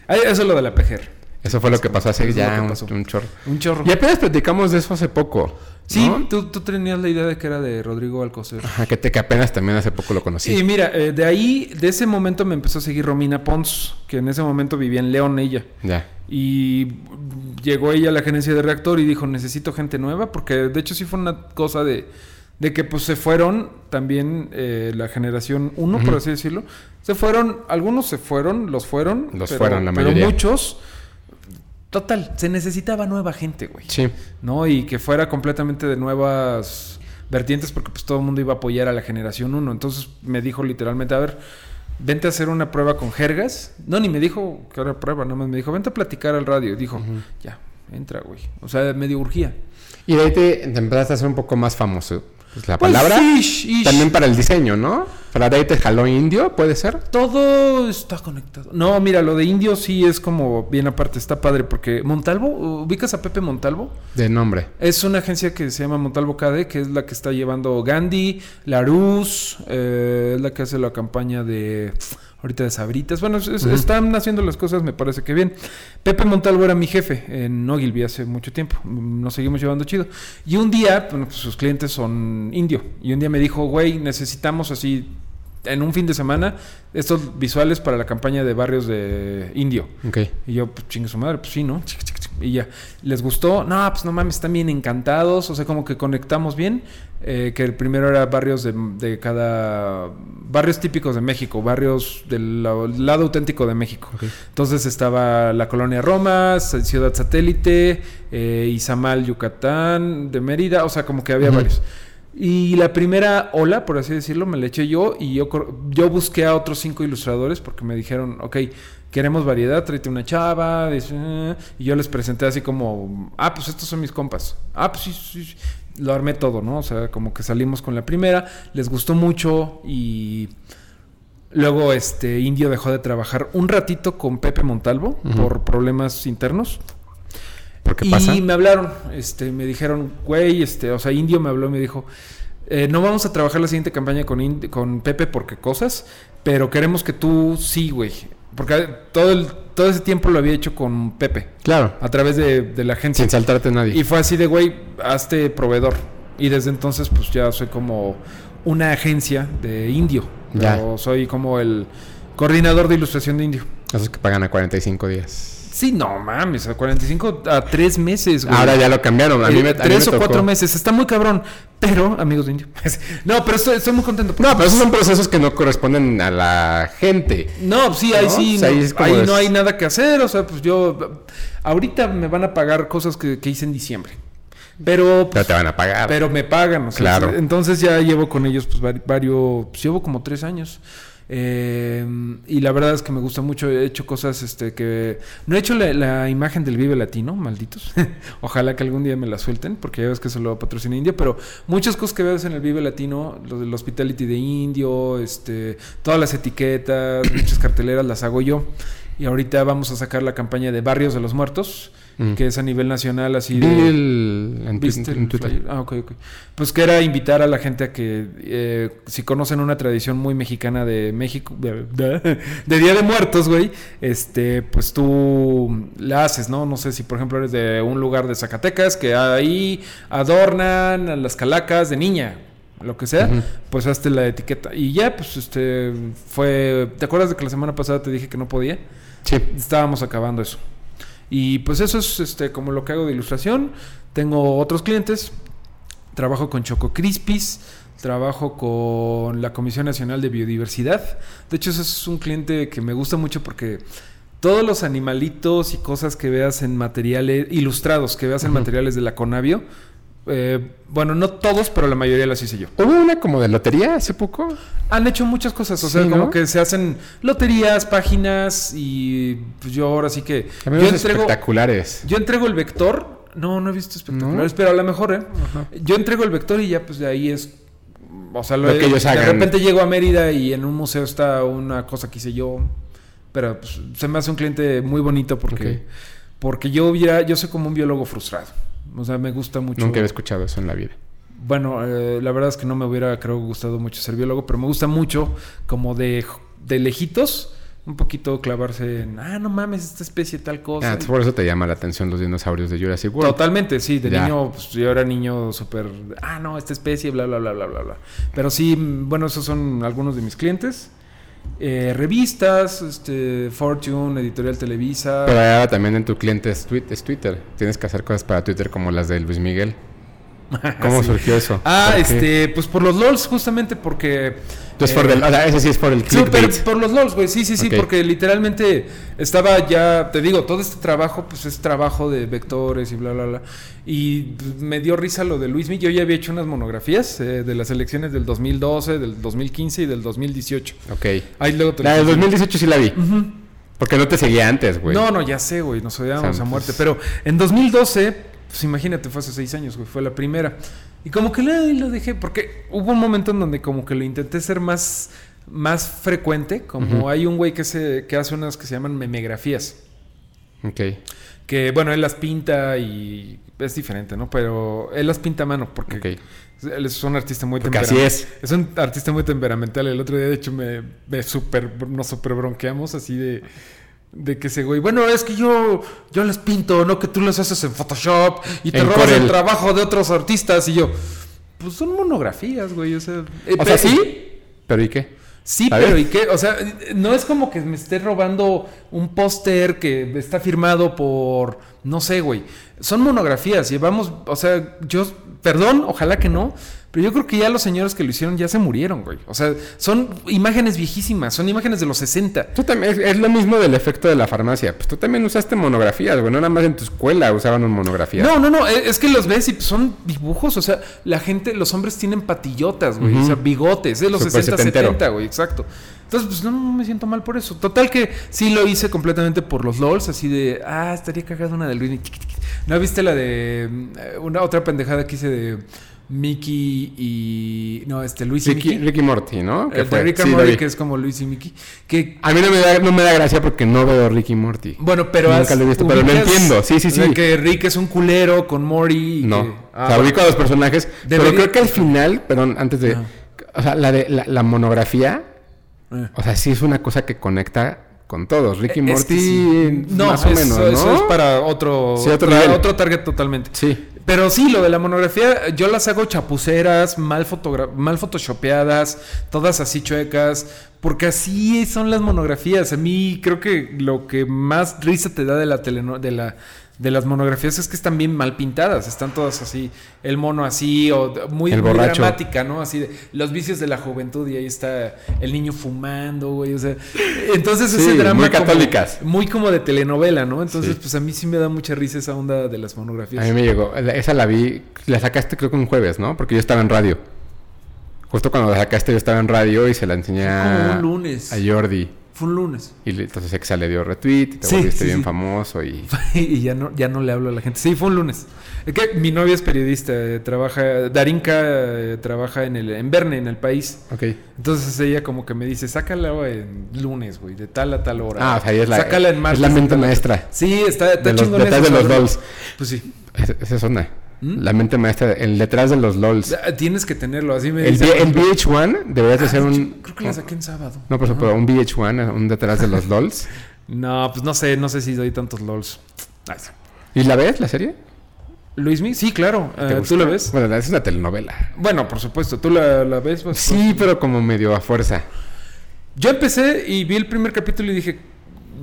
A: ay, eso es lo de la pejer.
B: Eso fue lo que pasó hace
A: Eso es lo
B: ya
A: que
B: un,
A: pasó.
B: un chorro.
A: Un chorro.
B: Y apenas platicamos de eso hace poco.
A: Sí,
B: ¿no?
A: tú, tú tenías la idea de que era de Rodrigo Alcocer.
B: Ajá, que, te, que apenas también hace poco lo conocí.
A: Y mira, eh, de ahí, de ese momento me empezó a seguir Romina Pons, que en ese momento vivía en León ella.
B: Ya.
A: Y llegó ella a la gerencia de reactor y dijo, necesito gente nueva, porque de hecho sí fue una cosa de, de que pues se fueron también eh, la generación 1, por
B: Ujú.
A: así decirlo. Se fueron, algunos se fueron, los fueron.
B: Los fueron, la mayoría.
A: Pero muchos, total, se necesitaba nueva gente, güey.
B: Sí.
A: ¿no? Y que fuera completamente de nuevas vertientes porque pues todo el mundo iba a apoyar a la generación 1. Entonces me dijo literalmente, a ver, vente a hacer una prueba con jergas. No, ni me dijo que era prueba, nada más me dijo, vente a platicar al radio. Dijo, ya, entra, güey. O sea, medio urgía.
B: Y de ahí te, te empezaste a hacer un poco más famoso. Pues la
A: Pues,
B: palabra.
A: ish, ish.
B: También para el diseño, ¿no? Para de ahí te jaló indio, ¿puede ser?
A: Todo está conectado. No, mira, lo de indio sí es como bien aparte, está padre, porque Montalvo, ¿ubicas a Pepe Montalvo?
B: De nombre.
A: Es una agencia que se llama Montalvo KD, que es la que está llevando Gandhi, Larus, eh, es la que hace la campaña de ahorita de Sabritas. Bueno, es- es-
B: Ujú.
A: están haciendo las cosas, me parece que bien. Pepe Montalvo era mi jefe en Ogilvy hace mucho tiempo. Mm, Nos seguimos llevando chido. Y un día, bueno, pues, sus clientes son indio. Y un día me dijo, güey, necesitamos así en un fin de semana estos visuales para la campaña de barrios de indio.
B: Ok.
A: Y yo, pues chingue su madre, pues sí, ¿no? Chic, chic, chic. Y ya, les gustó, no, pues no mames, están bien encantados, o sea, como que conectamos bien, eh, que el primero era barrios de, de cada, barrios típicos de México, barrios del la- lado auténtico de México.
B: Ok.
A: Entonces estaba la colonia Roma, Sa- Ciudad Satélite, eh, Izamal, Yucatán, de Mérida, o sea, como que había
B: Ujú.
A: varios. Y la primera ola, por así decirlo, me la eché yo y yo, cor- yo busqué a otros cinco ilustradores porque me dijeron, ok, queremos variedad, tráete una chava. es, eh", Y yo les presenté así como, ah, pues estos son mis compas. Ah, pues sí, sí, sí. Lo armé todo, ¿no? O sea, como que salimos con la primera, les gustó mucho y luego este Indio dejó de trabajar un ratito con Pepe Montalvo
B: Ujú.
A: por problemas internos.
B: ¿Por qué
A: Y
B: pasa?
A: me hablaron, este, me dijeron, güey, este, o sea, Indio me habló y me dijo, eh, no vamos a trabajar la siguiente campaña con, Ind- con Pepe porque cosas, pero queremos que tú sí, güey. Porque eh, todo, el- todo ese tiempo lo había hecho con Pepe,
B: Claro.
A: a través de, de la agencia.
B: Sin saltarte a nadie.
A: Y fue así de, güey, hazte proveedor. Y desde entonces, pues ya soy como una agencia de indio.
B: Ya.
A: Pero soy como el coordinador de ilustración de indio.
B: Esos que pagan a 45 días.
A: Sí, no mames, a 45 a 3 meses, güey. Eh,
B: Ahora ya lo cambiaron. A mí me, a mí
A: tres
B: me
A: o
B: tocó.
A: cuatro meses, está muy cabrón. Pero, amigos de Indio. no, pero estoy, estoy muy contento.
B: No, pero esos son procesos que no corresponden a la gente.
A: No, sí, ahí
B: ¿No?
A: sí.
B: O
A: no,
B: sea, ahí
A: ahí
B: es como es-
A: no hay nada que hacer. O sea, pues yo. Ahorita me van a pagar cosas que, que hice en diciembre. Pero.
B: Pero
A: pues,
B: te van a pagar.
A: pero me pagan, o sea,
B: Claro.
A: sí, Entonces ya llevo con ellos, pues, vari- varios. pues, llevo como tres años. Eh, y la verdad es que me gusta mucho. He hecho cosas este, que. No he hecho la, la imagen del Vive Latino, malditos. Ojalá que algún día me la suelten, porque ya ves que se lo patrocina India. Pero muchas cosas que ves en el Vive Latino, lo del hospitality de Indio, este, todas las etiquetas, muchas carteleras las hago yo. Y ahorita vamos a sacar la campaña de Barrios de los Muertos,
B: Mm.
A: que es a nivel nacional, así
B: Vi
A: de.
B: el- en, tu-
A: ¿Viste
B: en
A: el
B: Twitter.
A: flyer? Ah, ok, ok. Pues que era invitar a la gente a que, eh, si conocen una tradición muy mexicana de México, de, de- de Día de Muertos, güey, este, pues tú la haces, ¿no? No sé si, por ejemplo, eres de un lugar de Zacatecas que ahí adornan a las calacas de niña. Lo que sea,
B: Ujú.
A: pues hazte la etiqueta. Y ya, pues este fue. ¿Te acuerdas de que la semana pasada te dije que no podía?
B: Sí.
A: estábamos acabando eso. Y pues eso es este como lo que hago de ilustración. Tengo otros clientes. Trabajo con Choco Crispis. Trabajo con la Comisión Nacional de Biodiversidad. De hecho, ese es un cliente que me gusta mucho porque todos los animalitos y cosas que veas en materiales ilustrados, que veas en
B: Ujú.
A: materiales de la Conavio, eh, bueno, no todos, pero la mayoría las hice yo.
B: Hubo una como de lotería hace poco.
A: Han hecho muchas cosas, o sea,
B: Sí,
A: como
B: ¿no?
A: que se hacen loterías, páginas y pues, yo ahora sí que...
B: También
A: yo
B: unos
A: entrego,
B: espectaculares.
A: yo entrego el vector, no, no he visto espectaculares,
B: No.
A: pero a lo mejor, ¿eh?
B: Ajá.
A: Yo entrego el vector y ya pues de ahí es... O sea, lo,
B: Lo que ellos
A: de
B: hagan.
A: repente llego a Mérida y en un museo está una cosa que hice yo, pero pues, se me hace un cliente muy bonito porque,
B: Ok.
A: porque yo, ya, yo soy como un biólogo frustrado. O sea, me gusta mucho...
B: Nunca había escuchado eso en la vida.
A: Bueno, eh, la verdad es que no me hubiera, creo, gustado mucho ser biólogo, pero me gusta mucho como de, de lejitos, un poquito clavarse en, ah, no mames, esta especie tal cosa.
B: Ah, por eso te llama la atención los dinosaurios de Jurassic World.
A: Totalmente, sí, de
B: Ya.
A: niño, pues, yo era niño súper, ah, no, esta especie, bla, bla, bla, bla, bla, bla. Pero sí, mm, bueno, esos son algunos de mis clientes. Eh, revistas, este, Fortune, Editorial Televisa.
B: Pero ahora también en tu cliente es, twi- es Twitter. Tienes que hacer cosas para Twitter como las de Luis Miguel. ¿Cómo
A: Sí.
B: surgió eso?
A: Ah,
B: ¿Por qué?
A: este, pues por los LOLs, justamente porque...
B: Entonces,
A: eh,
B: por del- o sea, ese sí es por el
A: Sí,
B: clickbait.
A: pero por los LOLs, güey. Sí, sí, sí,
B: Ok.
A: porque literalmente estaba ya, te digo, todo este trabajo, pues es trabajo de vectores y bla, bla, bla. Y pues, me dio risa lo de Luismi. Yo ya había hecho unas monografías eh, de las elecciones del 2012, del 2015 y del 2018.
B: Ok.
A: Ahí luego te
B: La
A: las-
B: del 2018 sí la vi.
A: Ujú.
B: Porque no te seguía antes, güey.
A: No, no, ya sé, güey, nos odiábamos
B: O sea,
A: a muerte.
B: pues-
A: Pero en 2012, pues imagínate, fue hace seis años, güey, fue la primera. Y como que la- lo dejé, porque hubo un momento en donde como que lo intenté ser más, más frecuente, como
B: Ujú.
A: hay un güey que, se, que hace unas que se llaman memegrafías,
B: Ok.
A: que bueno, él las pinta y es diferente, ¿no? Pero él las pinta a mano, porque
B: Ok.
A: él es un artista muy
B: Porque así
A: temperamen-
B: es.
A: es un artista muy temperamental. El otro día, de hecho, me, me super, nos super bronqueamos así de, de que ese güey, bueno, es que yo, yo les pinto, no que tú los haces en Photoshop y te
B: En
A: robas el
B: Corel.
A: trabajo de otros artistas. Y yo, pues son monografías, güey. O sea, eh,
B: O sea,
A: pe-
B: sí. ¿Pero y qué?
A: Sí,
B: A
A: pero
B: ver.
A: ¿y qué? O sea, no es como que me esté robando un póster que está firmado por, no sé, güey. Son monografías, llevamos, o sea, yo, perdón, ojalá que no, pero yo creo que ya los señores que lo hicieron ya se murieron, güey. O sea, son imágenes viejísimas, son imágenes de los 60.
B: Tú también, es, es lo mismo del efecto de la farmacia. Pues tú también usaste monografías, güey. No nada más en tu escuela usaban monografías.
A: No, no, no, e- es que los ves y son dibujos, o sea, la gente, los hombres tienen patillotas, güey,
B: Ujú.
A: o sea, bigotes, de los
B: Súper
A: 60,
B: setentero.
A: 70, güey, exacto. Entonces, pues no, no me siento mal por eso. Total que sí lo hice completamente por los LOLs, así de, ah, estaría cagada una de Luis. ¿No viste la de mm, eh, una otra pendejada que hice de Mickey y no, este Luis y
B: Ricky,
A: Mickey?
B: Ricky Morty, ¿no?
A: El de Rick and
B: Sí, lo
A: Morty,
B: vi.
A: que es como Luis y Mickey, que
B: A mí no me, da, no me da gracia porque no veo Ricky Morty.
A: bueno, pero
B: Nunca
A: has-
B: lo he visto, pero lo
A: ubicas
B: entiendo. Sí, sí, sí.
A: de Que Rick es un culero con Mori. y
B: No.
A: que- ah,
B: o sea,
A: bueno.
B: ubico a los personajes.
A: Debería-
B: Pero creo que al final, perdón, antes de.
A: Ajá.
B: O sea, la, de, la, la monografía,
A: Eh.
B: o sea, sí es una cosa que conecta con todos. Ricky
A: Es
B: Morty,
A: que sí. No,
B: más o
A: eso-
B: menos,
A: eso
B: ¿no?
A: es para otro,
B: Sí, otro
A: para
B: nivel.
A: otro target totalmente.
B: Sí.
A: Pero sí, lo de la monografía, yo las hago chapuceras, mal, fotogra- mal photoshopeadas, todas así chuecas, porque así son las monografías. A mí creo que lo que más risa te da de la teleno- de la de las monografías es que están bien mal pintadas, están todas así, el mono así, o d- muy,
B: El
A: muy
B: borracho.
A: dramática, ¿no? Así de los vicios de la juventud, y ahí está el niño fumando, güey. O sea, entonces
B: Sí,
A: ese drama.
B: muy
A: como-
B: católicas.
A: muy como de telenovela, ¿no? Entonces,
B: Sí.
A: pues a mí sí me da mucha risa esa onda de las monografías.
B: A mí me llegó. La- Esa la vi, la sacaste creo que un jueves, ¿no? Porque yo estaba en radio. Justo cuando la sacaste yo estaba en radio y se la enseñé
A: Como
B: a,
A: un lunes.
B: a Jordi.
A: Fue un lunes.
B: Y le- entonces Exa le dio retweet y te
A: Sí,
B: volviste
A: sí,
B: bien
A: sí.
B: famoso y...
A: y ya no, ya no le hablo a la gente. Sí, fue un lunes. Es que mi novia es periodista, eh, trabaja, Darinka eh, trabaja en el, en Verne, en el país.
B: Ok.
A: Entonces ella como que me dice, sácala en lunes, güey, de tal a tal hora.
B: Ah, o sea, ahí es la,
A: Sácala en
B: es
A: martes.
B: la
A: de
B: mente
A: tal a-
B: maestra.
A: Sí, está, está
B: De los-
A: chingón
B: detrás
A: eso,
B: de los
A: saberlo.
B: dolls.
A: Pues sí.
B: Es- Esa es una.
A: ¿Mm?
B: La mente maestra, el detrás de los LOLs.
A: Ah, Tienes que tenerlo, así me
B: El,
A: dice.
B: V- el VH1 deberías de
A: Ah,
B: ser
A: de hecho,
B: un...
A: Creo que la saqué en sábado.
B: No, por supuesto, un VH1, un detrás de los LOLs.
A: No, pues no sé, no sé si doy tantos LOLs. Ay, sí.
B: ¿Y la ves, la serie?
A: Luismi, sí, claro.
B: ¿Te
A: eh,
B: gusta?
A: ¿Tú la ves?
B: Bueno, la- es una telenovela.
A: Bueno, por supuesto, ¿tú la, la ves? Vas-
B: Sí, pero como medio a fuerza.
A: Yo empecé y vi el primer capítulo y dije,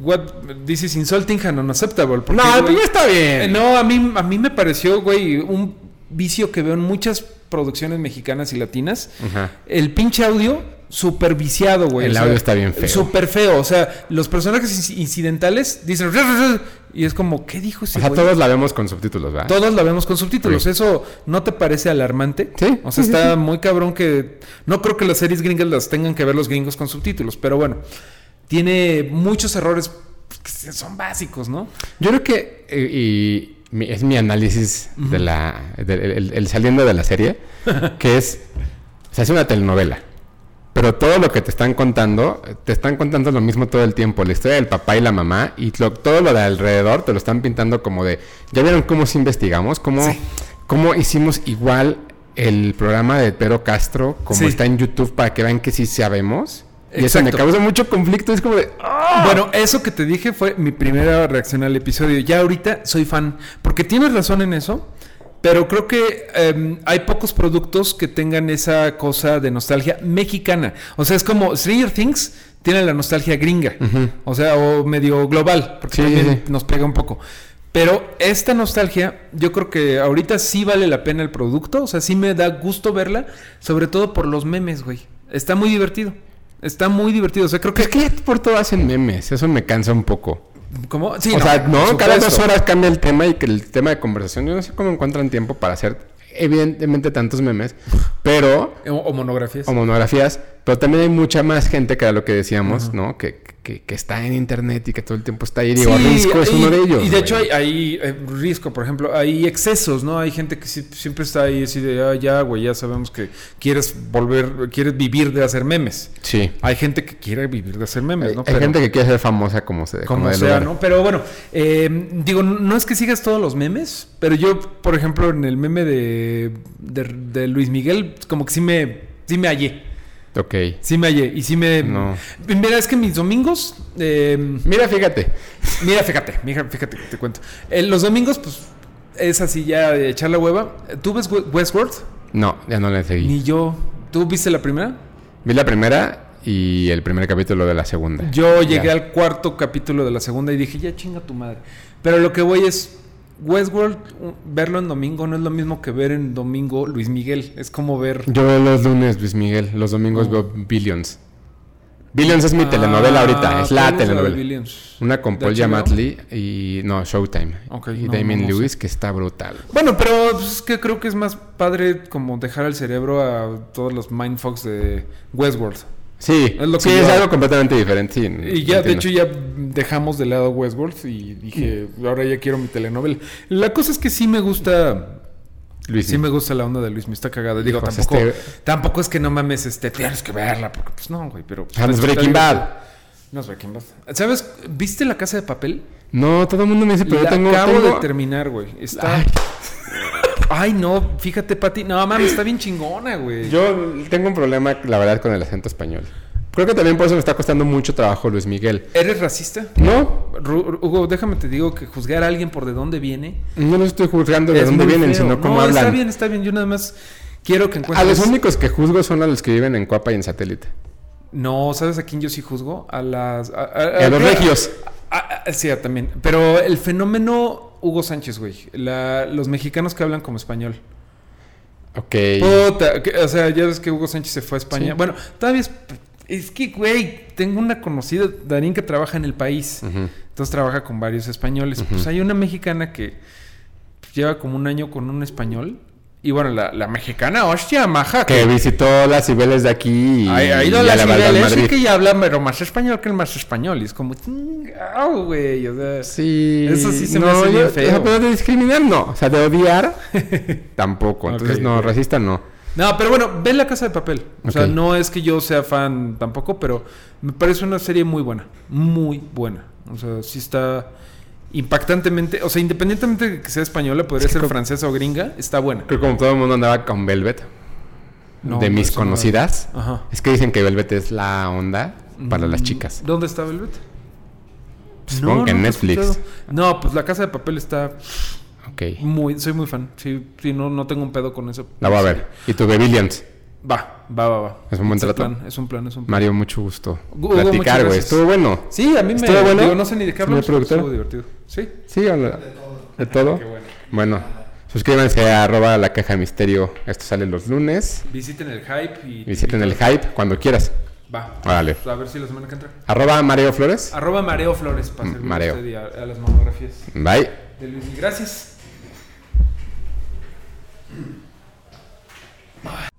A: what, this is insulting and unacceptable. porque,
B: No,
A: güey,
B: pero ya está
A: eh,
B: bien.
A: no, a mí, a mí me pareció, güey, un vicio que veo en muchas producciones mexicanas y latinas.
B: Ajá.
A: El pinche audio super viciado, güey.
B: El
A: o sea,
B: audio está bien feo.
A: Súper feo. O sea, los personajes inc- incidentales dicen... "Rr, rr, rr", Y es como, ¿qué dijo ese
B: o sea,
A: güey?
B: todos la vemos con subtítulos, ¿verdad?
A: Todos la vemos con subtítulos.
B: Sí.
A: ¿Eso no te parece alarmante?
B: Sí,
A: O sea,
B: sí, sí,
A: está
B: sí.
A: muy cabrón que. No creo que las series gringas las tengan que ver los gringos con subtítulos, pero bueno. Tiene muchos errores que son básicos, ¿no?
B: Yo creo que, eh, y mi- es mi análisis de la, del- el, el saliendo de la serie, que es, se hace una telenovela, pero todo lo que te están contando, eh, te están contando lo mismo todo el tiempo, la historia del papá y la mamá, y lo- todo lo de alrededor te lo están pintando como de, ya vieron cómo sí investigamos, cómo, cómo hicimos igual el programa de Pedro Castro, como
A: Sí.
B: está en YouTube, para que vean que sí sabemos. Y eso me
A: Exacto.
B: causa mucho conflicto, es como de... ¡ah!
A: Bueno, eso que te dije fue mi primera reacción al episodio. Ya ahorita soy fan, porque tienes razón en eso, pero creo que em, hay pocos productos que tengan esa cosa de nostalgia mexicana. O sea, es como Stranger Things tiene la nostalgia gringa, o sea, o medio global, porque
B: Sí,
A: también
B: sí, sí.
A: nos pega un poco. Pero esta nostalgia, yo creo que ahorita sí vale la pena el producto, o sea, sí me da gusto verla, sobre todo por los memes, güey. Está muy divertido. Está muy divertido. O sea, creo que
B: Es que ya por todo hacen memes, eso me cansa un poco.
A: ¿Cómo? Sí,
B: o sea,
A: por
B: no, cada dos
A: supuesto.
B: horas cambia el tema y que el tema de conversación, yo no sé cómo encuentran tiempo para hacer evidentemente tantos memes, pero
A: O, o monografías.
B: o monografías, pero también hay mucha más gente que era lo que decíamos, ¿no? Que, que, que está en internet y que todo el tiempo está ahí. Digo,
A: Sí,
B: Risco es
A: y-
B: uno de ellos.
A: Y de
B: güey.
A: hecho hay, hay, eh, Risco, por ejemplo, hay excesos, ¿no? Hay gente que sí- siempre está ahí así de, ah, ya, güey, ya sabemos que quieres volver, quieres vivir de hacer memes.
B: sí.
A: Hay gente que quiere vivir de hacer
B: Hay,
A: memes, ¿no?
B: hay gente que quiere ser famosa como se
A: como
B: de
A: sea,
B: lugar.
A: ¿no? Pero bueno, eh, digo, no es que sigas todos los memes, pero yo, por ejemplo, en el meme de, de, de Luis Miguel, como que sí me, sí me hallé.
B: Ok.
A: Sí me hallé y sí me...
B: No.
A: Mira, es que mis domingos... eh,
B: Mira, fíjate.
A: Mira, fíjate, mira, fíjate, que te cuento. Eh, los domingos, pues, es así ya de echar la hueva. ¿Tú ves We- Westworld?
B: No, ya no le seguí.
A: Ni yo. ¿Tú viste la primera?
B: Vi la primera y el primer capítulo de la segunda.
A: Yo llegué
B: Ya.
A: al cuarto capítulo de la segunda y dije, ya chinga tu madre. Pero lo que voy es, Westworld, u- verlo en domingo no es lo mismo que ver en domingo Luis Miguel. Es como ver...
B: Yo veo los lunes, Luis Miguel. Los domingos veo Billions. Billions es mi telenovela
A: Ah,
B: ahorita. Es la
A: ¿cuál de
B: telenovela.
A: Billions?
B: Una con
A: ¿De
B: Paul
A: HBO?
B: Giamatti y... No, Showtime.
A: Ok,
B: y
A: no,
B: Damien
A: no, no
B: Lewis, que está brutal.
A: Bueno, pero pues, es que creo que es más padre como dejar al cerebro a todos los mindfucks de Westworld.
B: Sí,
A: Es lo
B: sí,
A: que
B: es
A: yo-
B: algo completamente diferente. sí,
A: Y ya, de
B: entiendo. Mm.
A: hecho, ya dejamos de lado Westworld y dije, ahora ya quiero mi telenovela. La cosa es que sí me gusta.
B: Luis,
A: Sí me gusta la onda de Luis, me está cagada. Digo,
B: Hijos,
A: tampoco,
B: este-
A: tampoco es que no mames, este, tienes que verla, porque pues no, güey, pero.
B: Ah, no es Breaking Bad.
A: No es Breaking Bad. ¿Sabes? ¿Viste la casa de papel?
B: No, todo el mundo me dice, pero
A: la
B: yo tengo...
A: acabo
B: tengo-
A: de terminar, güey. Está.
B: Ay,
A: Ay. no, fíjate, Pati. No, mames, está bien chingona, güey.
B: yo tengo un problema, la verdad, con el acento español. Creo que también por eso me está costando mucho trabajo Luis Miguel.
A: ¿Eres racista?
B: No,
A: Ru- Hugo, déjame te digo que juzgar a alguien por de dónde viene.
B: yo no estoy juzgando de
A: es
B: dónde
A: muy
B: vienen,
A: feo.
B: sino cómo
A: no,
B: hablan.
A: Está bien, está bien. Yo nada más quiero que
B: A
A: encuentres.
B: los únicos que juzgo son a los que viven en Cuapa y en Satélite.
A: No, ¿sabes a quién yo sí juzgo? A las. A,
B: Y a los regios.
A: Ah, ah, sí, ah, también. Pero el fenómeno Hugo Sánchez, güey. La- los mexicanos que hablan como español.
B: Ok.
A: Puta, que- o sea, ya ves que Hugo Sánchez se fue a España.
B: Sí.
A: Bueno, todavía es. Es que, güey, tengo una conocida, Darín, que trabaja en el país.
B: Ujú.
A: Entonces trabaja con varios españoles.
B: Ujú.
A: Pues hay una mexicana que lleva como un año con un español. Y bueno, la, la mexicana, hostia, maja.
B: Que visitó las Cibeles de aquí y,
A: ha, ha ido a
B: y
A: la
B: Valga
A: ciudad,
B: en
A: es
B: Madrid.
A: que ya habla, pero más español que el más español. Y es como, chingao, güey. O sea,
B: Sí.
A: Eso sí se me hace bien
B: yo-
A: feo.
B: o sea, Pero de discriminar no. O sea, de odiar tampoco.
A: Ok,
B: Entonces, no,
A: ok.
B: racista no.
A: No, pero bueno, ve La Casa de Papel. O sea,
B: Ok.
A: no es que yo sea fan tampoco, pero me parece una serie muy buena. Muy buena. O sea, sí está impactantemente. O sea, independientemente de que sea española, podría ser francesa o gringa, está buena.
B: Creo que como todo el mundo andaba con Velvet,
A: No,
B: de mis
A: eso no.
B: conocidas,
A: Ajá.
B: es que dicen que Velvet es la onda para
A: Mm.
B: las chicas. Pues
A: ¿Dónde está Velvet?
B: Supongo que en
A: lo he
B: Netflix.
A: escuchado. No, pues La Casa de Papel está
B: Ok.
A: muy... Soy muy fan. Sí, sí, no, no tengo un pedo con eso.
B: La voy a ver. Y tu Bebillions.
A: Va, va, va, va.
B: Es un buen
A: Ese
B: trato.
A: plan, es un plan, es un plan.
B: Mario, mucho gusto.
A: Hugo, muchas
B: Platicar, güey.
A: gracias.
B: Estuvo bueno.
A: Sí, a mí me...
B: ¿Estuvo bueno,
A: digo, no sé ni de qué
B: señor
A: hablamos, pero
B: productor?
A: estuvo divertido. Sí.
B: Sí, habla- de todo. Bueno, suscríbanse a arroba la caja de misterio. Esto sale los lunes.
A: Visiten el hype y...
B: Visiten el hype cuando quieras.
A: Va.
B: Órale.
A: A ver si la semana que entra.
B: Arroba Mario Flores.
A: Arroba Mareo Flores para
B: Mm,
A: servirle
B: mareo.
A: a usted y a, a las mamografías
B: Bye.
A: de Luis. Y gracias. Ah.